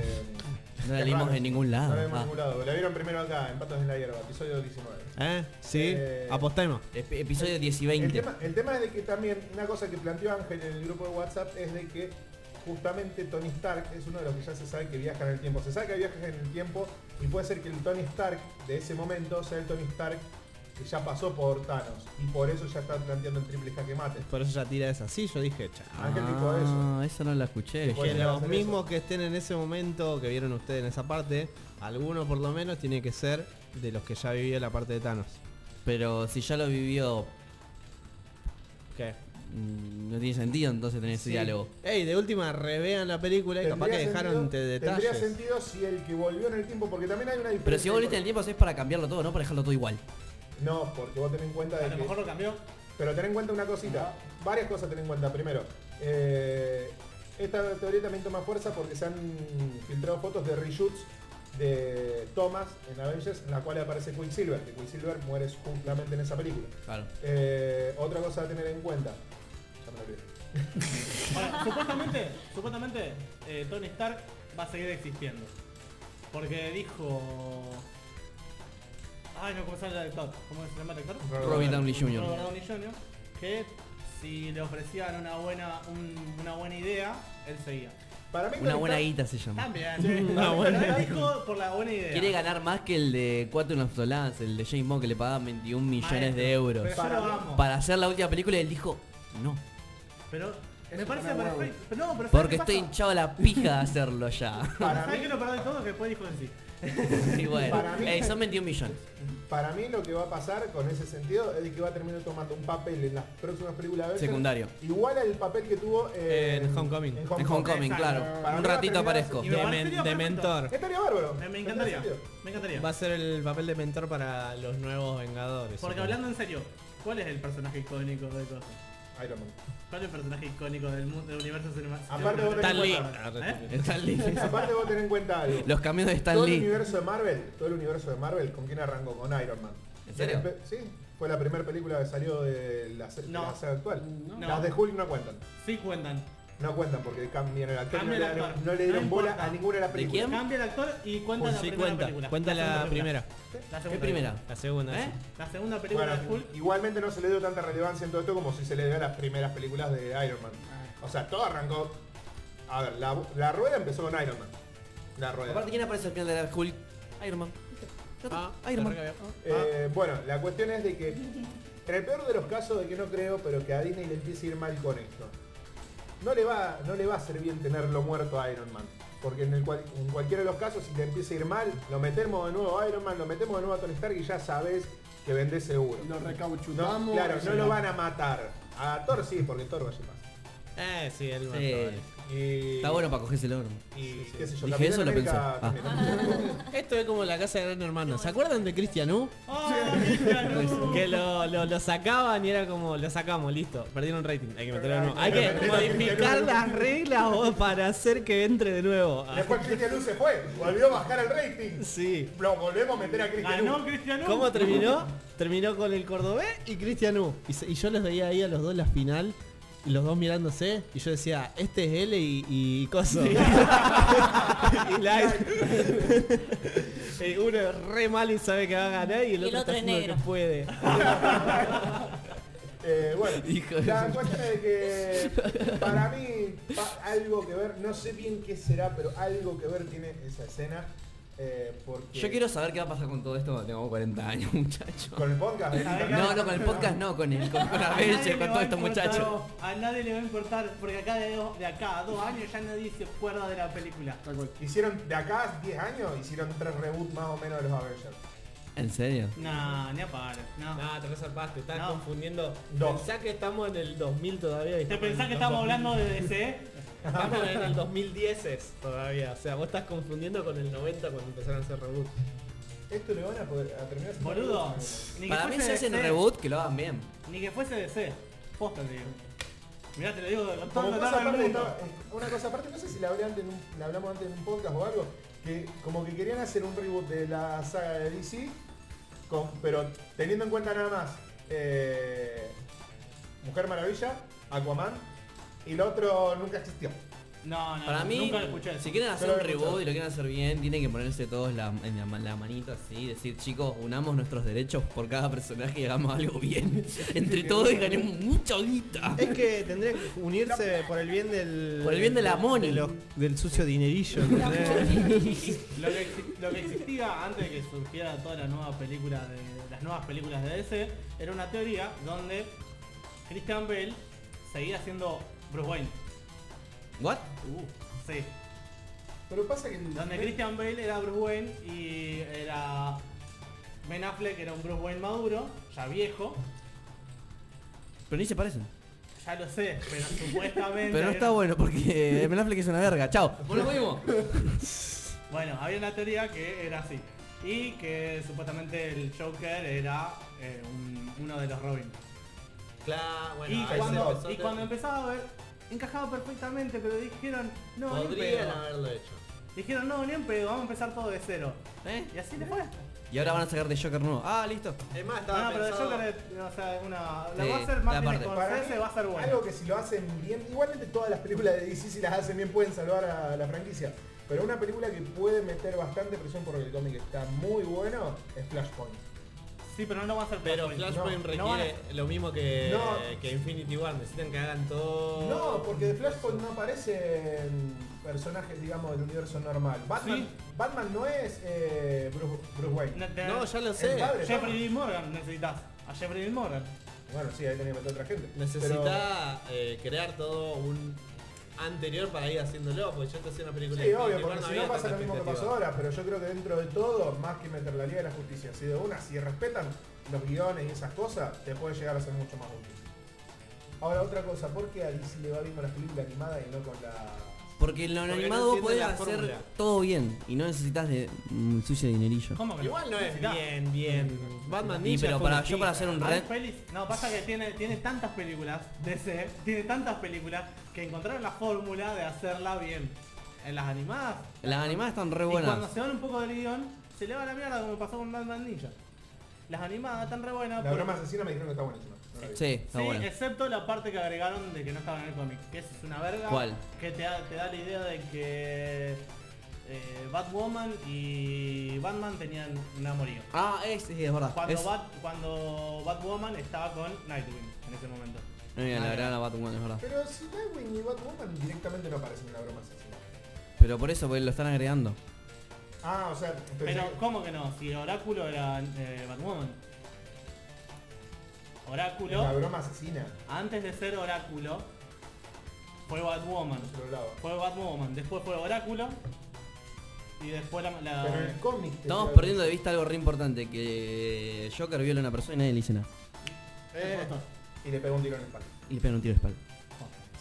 C: No la
A: es
C: leímos
A: raro.
C: en ningún lado.
A: No la vimos en
C: Ah.
A: ningún lado. La vieron primero acá, en Patos en la Hierba, episodio 19.
E: ¿Eh? Sí,
A: Eh,
E: apostemos.
C: Ep- Episodio 10 y 20.
A: El tema, el tema es de que también, una cosa que planteó Ángel en el grupo de WhatsApp es de que justamente Tony Stark es uno de los que ya se sabe que viaja en el tiempo. Se sabe que hay viajes en el tiempo y puede ser que el Tony Stark de ese momento sea el Tony Stark que ya pasó por Thanos. Y por eso ya está planteando el triple jaque mate.
E: Por eso ya tira esa. Sí, yo dije, chao.
A: Ángel dijo eso.
C: Ah, esa no la escuché.
A: Puede
E: Que
A: llegar a
E: los
A: ser
E: mismos
A: eso.
E: que estén en ese momento, que vieron ustedes en esa parte, alguno por lo menos tiene que ser de los que ya vivió la parte de Thanos.
C: Pero si ya lo vivió,
E: ¿Qué?
C: mm, no tiene sentido entonces tener ese diálogo.
E: Ey, de última revean la película y capaz que
A: Tendría
E: dejaron
A: sentido-
E: de
A: Tendría
E: detalles.
A: sentido si el que volvió en el tiempo, porque también hay una diferencia.
C: Pero si vos volviste en el tiempo es para cambiarlo todo, no para dejarlo todo igual.
A: No, porque vos tenés en cuenta
B: A
A: de
B: lo
A: que...
B: mejor lo cambió.
A: Pero ten en cuenta una cosita, varias cosas ten en cuenta. Primero, eh, esta teoría también toma fuerza porque se han filtrado fotos de reshoots de Thomas en Avengers, en la cual aparece Quicksilver, que Quicksilver muere justamente en esa película.
C: Claro.
A: Eh, otra cosa a tener en cuenta. Ya me lo olvidé.
B: Ahora, supuestamente, supuestamente eh, Tony Stark va a seguir existiendo. Porque dijo. Ay, no, ¿cómo se llama el actor? ¿Cómo se llama el actor?
C: Robin Downey Jr.
B: Robert Downey Jr., Que si le ofrecían una buena, un- una buena idea, él seguía.
A: Para mí,
C: Una
A: Tony
C: buena
A: Stark-
C: guita se llama.
B: También. Una buena idea. dijo por la buena idea.
C: Quiere ganar más que el de Quantum of Solace, el de James Bond que le pagaban 21 millones
B: Maestro,
C: de euros.
B: Pero yo lo amo.
C: Para hacer la última película y él dijo, no.
B: Pero me
F: Eso
B: parece
F: para huevo.
B: perfecto. Pero No, pero ¿sabes
C: Porque
B: qué
C: estoy
B: pasa?
C: hinchado a la pija de hacerlo ya.
A: Para
B: ¿Sabes
A: mí-
B: qué lo perdí todo? Que después dijo en sí.
C: Y bueno,
A: Para mí-
C: eh, son 21 millones.
A: Para mí lo que va a pasar con ese sentido es de que va a terminar tomando un papel en las próximas películas de Avengers,
C: Secundario.
A: Igual al papel que tuvo eh,
E: En Homecoming.
A: En
C: En
A: Homecoming.
C: Homecoming,
A: Para
C: claro. Un
A: mí va a
C: ratito
A: terminar
C: aparezco.
B: Y me
E: De,
B: parecería
E: men- de
B: perfecto.
E: mentor.
A: Estaría
B: Me,
A: bárbaro.
B: me
A: Tendría
B: encantaría.
A: sentido.
B: Me encantaría.
E: Va a ser el papel de mentor para los nuevos
B: Porque
E: Vengadores. supongo.
B: hablando en serio, ¿cuál es el personaje icónico de cosas?
A: Iron Man.
B: ¿Cuál es el personaje icónico del, mu- del universo
A: Aparte
B: cinematográfico?
A: vos tenés
E: Stan Lee.
A: en
B: ¿Eh?
C: Stan Lee.
A: cuenta- aparte vos tenés en cuenta algo.
C: Los caminos de Stan
A: todo el
C: Lee.
A: universo de Marvel, todo el universo de Marvel, ¿con quién arrancó? Con Iron Man.
C: ¿En serio?
A: Fue la pe- Sí, fue la primera película que salió de la, se- de
B: No.
A: la saga actual.
B: No.
A: Las de Hulk no cuentan.
B: Sí cuentan.
A: No cuentan porque cambian el actor, no
B: Cambia
A: le,
B: el
A: dieron-
B: actor.
A: no le
B: No
A: dieron bola
B: importa.
A: a ninguna de las
C: ¿De
A: películas.
C: quién?
B: Cambia el actor y cuenta
E: Uy,
B: la
E: sí,
B: primera
E: cuenta.
B: película.
E: Cuenta la,
B: segunda película.
E: primera.
B: La segunda
C: ¿Qué primera?
E: La segunda.
B: ¿Eh?
E: sí.
B: La segunda película
A: Bueno,
B: de Hulk.
A: igualmente no se le dio tanta relevancia en todo esto como si se le dio a las primeras películas de Iron Man. O sea, todo arrancó. A ver, la, la rueda empezó con Iron Man. La rueda.
C: Aparte, ¿quién aparece al final de la Hulk? Iron Man. Ya
E: Ah,
C: está, Iron Man.
A: Eh, Bueno, la cuestión es de que, en el peor de los casos, de que no creo, pero que a Disney le empiece a ir mal con esto. No le va, no le va a ser bien tenerlo muerto a Iron Man. Porque en, el cual- en cualquiera de los casos, si le empieza a ir mal, lo metemos de nuevo a Iron Man, lo metemos de nuevo a Tony Stark y ya sabes que vendés seguro.
F: Lo
A: No,
F: recauchutamos.
A: claro, no lo van a matar. A Thor sí, porque Thor va a llevar.
E: Eh, sí, el más
C: Sí.
E: probable.
A: Y-
C: Está bueno para cogerse el oro.
A: Y qué sé yo,
C: Dije eso, lo
A: Capitán
C: pensaba.
A: América también.
E: Esto es como la casa de Gran Hermano. ¿Se acuerdan de Cristian U?
B: ¡Oh,
E: Que lo, lo- lo sacaban y era como, lo sacamos, listo. Perdieron rating. Hay que meterlo de nuevo. Hay que modificar las reglas vos, para hacer que entre de nuevo. Ah,
A: Después Cristian Luz se fue, volvió a bajar el rating.
E: Sí.
A: Lo volvemos a meter a Cristian Luz.
B: Ganó Cristiano.
E: ¿Cómo terminó? Terminó con el cordobés y Cristian U. Y, se- y yo los veía ahí a los dos en la final. Y los dos mirándose. Y yo decía, este es él y, y coso. y like. Eh, Uno es re malo y sabe que va a ganar y el,
D: Y el
E: otro,
D: otro
E: está
D: es
E: haciendo lo que
D: negro.
E: puede.
A: Eh, bueno,
C: Hijo de
A: la
C: su-
A: cuestión es que para mí pa- algo que ver, no sé bien qué será, pero algo que ver tiene esa escena. eh, porque
C: Yo quiero saber qué va a pasar con todo esto cuando tengamos 40 años, muchachos.
A: Con el podcast.
B: Ay,
C: No, no, con el podcast no, con el con, con
B: A nadie
C: Avengers,
B: le
C: con
B: va
C: todos
B: a
C: estos
B: importar,
C: muchachos.
B: A nadie le va a importar, porque acá de, dos- de acá a dos años ya nadie se acuerda de la película.
F: Tal cual.
A: Hicieron, de acá a 10 años, hicieron tres reboots más o menos de los Avengers.
C: ¿En serio?
B: Nah, ni a paro, no.
E: No, te resalpaste, estás
B: No.
E: confundiendo.
A: Dos.
E: Pensá que estamos en el 2000 todavía. y
B: ¿Te
E: estamos
B: pensás
E: en
B: que
E: el
B: estamos
E: 2000.
B: hablando de DC?
E: Estamos en el 2010 todavía. O sea, vos estás confundiendo con el 90 cuando empezaron a hacer reboot.
A: Esto le van a poder a terminar haciendo
B: Boludo.
A: reboots.
B: Ni que
C: Para mí
B: fuese
C: se hacen
B: DC,
C: reboot que lo hagan bien.
B: Ni que fuese DC. Posta te digo. Mirá, te lo digo de lo
A: Como
B: todo
A: cosa
B: el
A: aparte,
B: mundo.
A: estaba- eh, una cosa aparte, no sé si la, hablé antes en un- la hablamos antes en un podcast o algo, que como que querían hacer un reboot de la saga de DC, con- pero teniendo en cuenta nada más eh, Mujer Maravilla, Aquaman, y el otro nunca existió.
B: No, no,
C: Para
E: Ah,
B: no,
C: mí,
B: nunca lo escuché.
C: si quieren hacer
A: Pero
C: un
A: lo he escuchado.
C: reboot y lo quieren hacer bien, tienen que ponerse todos la, en la, ma- la manito así y decir, chicos, unamos nuestros derechos por cada personaje y hagamos algo bien. Entre todos y ganemos mucha guita.
E: Es que tendría que unirse por el bien del.
C: Por el bien de la Moni.
E: los- del sucio dinerillo. ¿entendés?
B: Lo que, exi- lo que existía antes de que surgiera toda la nueva película de las nuevas películas de DC era una teoría donde Christian Bale seguía siendo Bruce Wayne. Uh,
C: ¿What?
B: Sí.
A: Pero pasa que...
B: Donde Christian Bale era Bruce Wayne y era Ben Affleck era un Bruce Wayne maduro, ya viejo.
C: Pero ni se parecen.
B: Ya lo sé, pero supuestamente
C: Pero no está bueno porque Ben Affleck es una verga. Chao. Bueno, mismo.
B: Bueno, había una teoría que era así. Y que supuestamente el Joker era eh, un- uno de los Robin.
E: Claro, bueno,
B: y,
E: ahí se
B: cuando,
E: empezó
B: y
E: a-
B: cuando empezaba a ver, encajaba perfectamente, pero dijeron, no, ni en
E: Podrían
B: pedo.
E: haberlo hecho.
B: Dijeron, no, ni en pedo, vamos a empezar todo de cero.
C: ¿Eh?
B: Y así le fue.
C: Y ahora van a sacar de Joker nuevo. Ah, listo.
E: Es más,
B: No,
E: estaba
B: no, pero de
E: pensado-
B: Joker, es- o sea, una, la
C: Sí,
B: va a hacer
C: la
B: Martin
C: parte.
A: para mí,
B: Scorsese, va a ser bueno.
A: Algo que si lo hacen bien, igualmente todas las películas de DC si las hacen bien pueden salvar a la franquicia. Pero una película que puede meter bastante presión porque el cómic está muy bueno es Flashpoint.
B: Sí, pero no lo va a hacer
E: Pero
B: Flashpoint.
E: Flashpoint
B: No, no van a-
E: requiere lo mismo que,
A: No.
E: que Infinity War. Necesitan que hagan todo.
A: No, porque de Flashpoint no aparecen personajes, digamos, del universo normal. Batman,
B: Sí.
A: Batman no es eh, Bruce, Bruce Wayne.
B: no, te-
E: No, ya lo
A: El
E: sé.
A: padre, ¿no?
B: Jeffrey Dean Morgan necesitas. A Jeffrey Dean Morgan.
A: Bueno, sí, ahí tenía que meter otra gente.
E: Necesita eh, crear todo un anterior para ir haciéndolo, porque yo te hacía una
A: Pero-
E: película
A: sí,
E: de
A: obvio,
E: Infinity War,
A: porque si no
E: había
A: pasa lo
E: tanta
A: mismo que pasó
E: expectativa.
A: ahora, pero yo creo que dentro de todo, más que meter la Liga de la Justicia, si de una, si respetan los guiones y esas cosas, te puede llegar a ser mucho más útil. Ahora, otra cosa, ¿por qué a DC le va bien con las películas animadas y no con
B: Ah,
A: la...
C: Porque en lo
E: Porque no
C: animado vos
E: entiende
C: podés
E: la
C: hacer
E: fórmula.
C: todo bien y no necesitas de mm, sucio dinerillo.
B: ¿Cómo que no?
E: Igual no es
B: Necesitas.
E: bien, bien. Batman
C: Y
E: Ninja
C: pero
E: fue
C: para
E: una
C: yo para
E: pija.
C: hacer un
B: Hay
C: red
B: pelis- no, pasa que tiene, tiene tantas películas, DC, tiene tantas películas que encontraron la fórmula de hacerla bien. En las animadas.
C: las animadas están re
B: y cuando
C: buenas.
B: se van un poco del guión, se le va la mierda como pasó con Batman Ninja. Las animadas están re buenas.
A: La
B: pero-
A: broma asesina me dijeron que está buenísima. No la vi.
C: Sí, está
B: Sí,
C: bueno.
B: excepto la parte que agregaron de que no estaba en el cómic, que eso es una verga.
C: ¿Cuál?
B: Que te da, te da la idea de que eh, Batwoman y Batman tenían un amorío.
C: Ah, es, sí, es verdad.
B: Cuando,
C: Es-
B: Bat- cuando Batwoman estaba con Nightwing en ese momento.
C: No, mira, la verdad la Batwoman, es verdad.
A: Pero si Nightwing y Batwoman directamente no aparecen en la broma asesina.
C: Pero por eso, porque lo están agregando.
A: Ah, o sea, pensé
B: Pero,
A: que-
B: ¿cómo que no? Si Oráculo era eh, Batwoman.
A: la
B: Oráculo,
A: broma asesina.
B: antes de ser Oráculo, fue Batwoman.
A: por otro lado.
B: Fue Batwoman, después fue Oráculo. Y después la... la-
A: Pero en el cómic. te
C: Estamos
A: queda-
C: perdiendo de vista algo re importante, que Joker viola a una persona y nadie le dice nada.
A: Eh, y le pegó un tiro en el palo.
C: Y le pegan un tiro de espalda.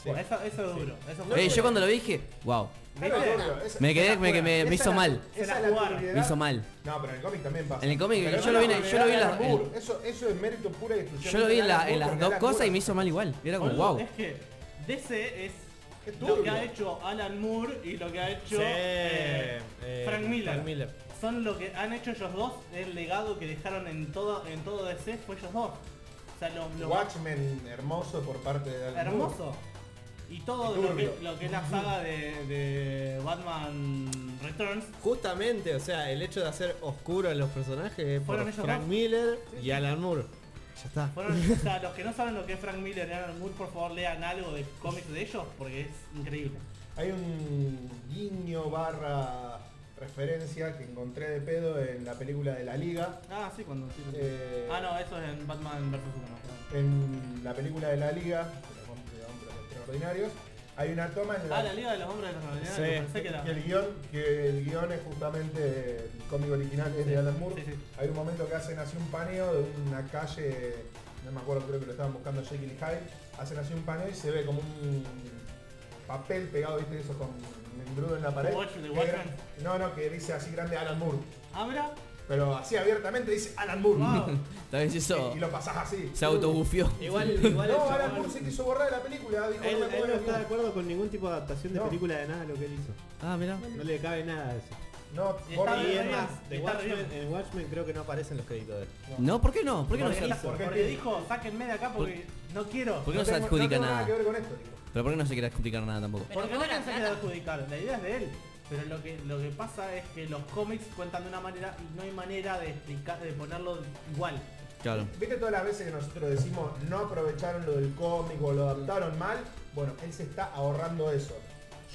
B: Bueno, eso, eso es duro. Eso fue
C: Eh,
B: duro.
C: yo cuando lo vi dije, wow.
B: ¿Viste?
C: Me quedé, me, que me, me hizo mal.
B: Se Ah, la jugaron.
C: Me hizo mal.
A: No, pero en el cómic también pasa.
C: En el cómic,
A: Pero
C: yo
A: no
C: lo vi
A: la
C: en- yo lo vi en
A: Alan
C: las-
A: Moore. Eso, eso es mérito pura y exclusiva.
C: Yo lo vi en, la- en las dos cosas y me hizo mal igual. Y era como,
B: Boludo,
C: wow.
B: eh. Es que DC es
A: Qué
B: lo que
A: turbio.
B: ha hecho Alan Moore y lo que ha hecho
E: Sí,
B: eh,
E: eh,
B: Frank Miller.
E: Frank Miller.
B: Son lo que han hecho ellos dos, el legado que dejaron en todo, en todo DC fue ellos dos. O sea, lo, lo
A: Watchmen hermoso por parte de Alan Moore.
B: hermoso. Y todo
A: Y
B: lo que,
A: turbio.
B: lo que es la saga de, de Batman Returns.
E: Justamente, o sea, el hecho de hacer oscuro a los personajes es por
B: Fueron ellos
E: Frank
B: dos.
E: Miller y Alan Moore. Ya está.
B: Fueron, o sea, los que no saben lo que es Frank Miller y Alan Moore, por favor lean algo de cómics de ellos porque es increíble.
A: Hay un guiño barra referencia que encontré de pedo en la película de la liga.
B: Ah, sí, cuando... sí, sí.
A: Eh,
B: Ah, no, eso es en Batman vs. Superman. perdón.
A: En la película de la liga, de los hombres- de los hombres extraordinarios, hay una toma en la,
B: Ah, la Liga de los Hombres de los Navidades,
E: Sí.
B: pensé que era.
A: que el guión, que el guión es justamente el cómic original es de
B: Sí,
A: Alan Moore.
B: sí, sí.
A: Hay un momento que hacen así un paneo de una calle, no me acuerdo, creo que lo estaban buscando Jekyll y Hyde. Hacen así un paneo y se ve como un papel pegado, viste, eso con un engrudo en la pared.
B: Watch- de
A: Que
B: Watchmen.
A: gra- no, no, que dice así grande Alan Moore.
B: Abra. Ah.
A: Pero así abiertamente dice Alan Moore.
C: Tal vez eso
A: Y, y lo pasás así.
C: se autobufió.
E: Igual, igual el
A: No,
E: chabón-
A: Alan Moore se quiso borrar de la película,
E: Él,
A: dijo, no me
E: él no
A: acuerdo".
E: está de acuerdo con ningún tipo de adaptación de
A: No.
E: película de nada de lo que él hizo.
C: Ah, mirá.
E: No le cabe nada a eso.
A: No,
B: Y
A: borra-
B: Ah,
E: y es
B: bien.
E: más, de
B: Está
E: Watchmen,
B: bien.
E: en Watchmen creo que no aparecen los créditos de él.
C: No, ¿por qué no? ¿Por qué no?
B: Porque,
C: se-
B: hizo,
A: ¿Por qué
B: porque
A: no?
B: dijo, sáquenme de acá porque no quiero.
C: ¿Por qué no se
A: tengo-
C: adjudica
A: tengo
C: nada?
A: que ver con esto, dijo.
C: Pero ¿por qué no se quiere explicar nada tampoco?
D: Pero
B: Porque
D: cobra
B: no pensé que
D: plata.
B: era adjudicar, la idea es de él. Pero lo que, lo que pasa es que los cómics cuentan de una manera y no hay manera de explicar, de ponerlo igual.
C: Claro.
A: ¿Viste todas las veces que nosotros decimos no aprovecharon lo del cómic o lo adaptaron mal? Bueno, él se está ahorrando eso.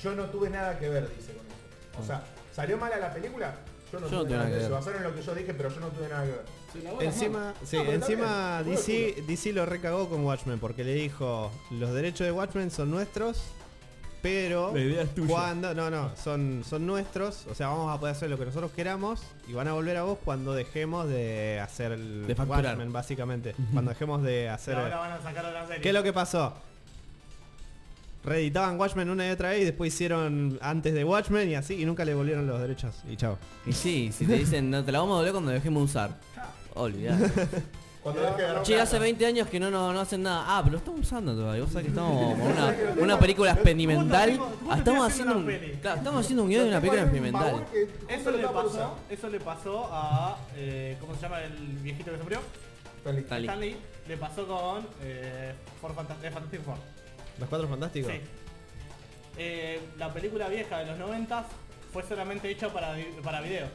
A: Yo no tuve nada que ver, dice con eso. O sea, ¿salió mala la película? Yo no tuve nada que ver. Se basaron en lo que yo dije, pero yo no tuve nada que ver.
E: Encima, sí,
A: No, pero está
E: encima
A: bien, puro
E: DC, DC lo recagó con Watchmen porque le dijo, los derechos de Watchmen son nuestros, pero
C: La idea es tuya.
E: cuando no, no, son son nuestros, o sea, vamos a poder hacer lo que nosotros queramos y van a volver a vos cuando dejemos de hacer el
C: De facturar.
E: Watchmen básicamente, cuando dejemos de hacer
B: ahora van a sacar otra serie.
E: ¿Qué es lo que pasó? Reeditaban Watchmen una y otra vez y después hicieron antes de Watchmen y así y nunca le volvieron los derechos y chao.
C: Y sí, si te dicen, no te la vamos a volver cuando dejemos de usar. Olvidate.
A: Cuando deje de agarrar
C: Che,
A: plata.
C: hace 20 años que no, no, no hacen nada. Ah, pero lo estamos usando todavía. Vos sabés que estamos con una,
A: Justo,
C: una película experimental.
B: justo estoy
C: Ah, estamos haciendo
B: haciendo
C: un.
B: una peli.
C: claro, estamos haciendo un guión de una
A: Lo tengo
C: película
A: ahí en un
C: experimental.
A: baúl que justo
B: Eso
A: lo
B: le,
A: estaba por
B: pasó,
A: usar.
B: eso le pasó a... eh, ¿Cómo se llama el viejito que se murió?
A: Está listo.
C: Stanley.
B: Stanley. Le pasó con... Eh, Four Fantas- eh, Fantastic Four.
E: Los cuatro fantásticos.
B: Sí. Eh, la película vieja de los 90 fue solamente hecha para, vi- para video,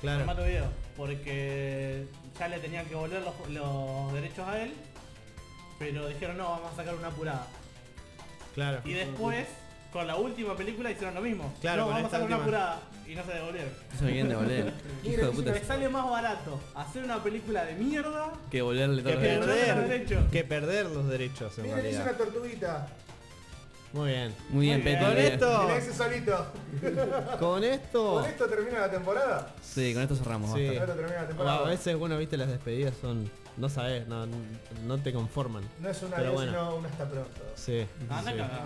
E: Claro.
B: formato video, porque ya le tenían que volver los, los derechos a él, pero dijeron no, vamos a sacar una apurada.
E: Claro.
B: Y después, con la última película hicieron lo mismo.
E: Claro,
B: no,
E: con
B: vamos a
E: esta
B: sacar una
E: última.
B: apurada y no se devolvieron.
C: Eso me quieren devolver. Hijo de puta.
B: Me sale más barato hacer una película de mierda
C: Que devolverle todo
B: que
C: lo que
B: perder los derechos.
E: Que perder los derechos en
A: Miren, le
E: realidad.
A: hice una tortuguita.
E: Muy bien.
C: Muy bien, eh.
B: bien.
C: Pepe.
E: Con
C: muy bien.
E: esto-
A: Y le hice solito.
E: Con esto.
A: ¿Con esto termina la temporada?
C: Sí, con esto cerramos.
E: Sí.
C: basta.
A: Con esto termina la
E: Wow,
A: temporada.
E: a veces bueno, viste, las despedidas son. No sabes, no, no te conforman.
A: No es una
E: Pero
A: adiós,
E: bueno.
A: sino un hasta pronto.
E: Sí.
B: Anda
E: sí.
B: cagada.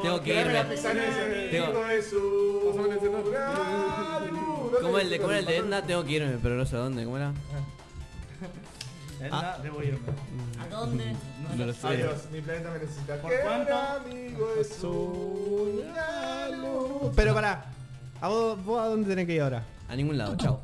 C: Tengo que
B: Tirame
C: irme.
B: la
A: Esa no es el
B: Tengo-
A: hijo de su gran-
C: Como el de, como el de Edna, tengo que irme, pero no sé a dónde. ¿Cómo era?
E: Ah.
B: Anda, Eh, debo irme.
D: ¿A dónde?
C: No lo sé.
A: Adiós, mi planeta me necesita.
B: ¿Por
A: Que
B: cuánto?
A: era amigo de su gran luz.
E: Pero pará. ¿A vos, vos a dónde tenés que ir ahora?
C: A ningún lado, chao.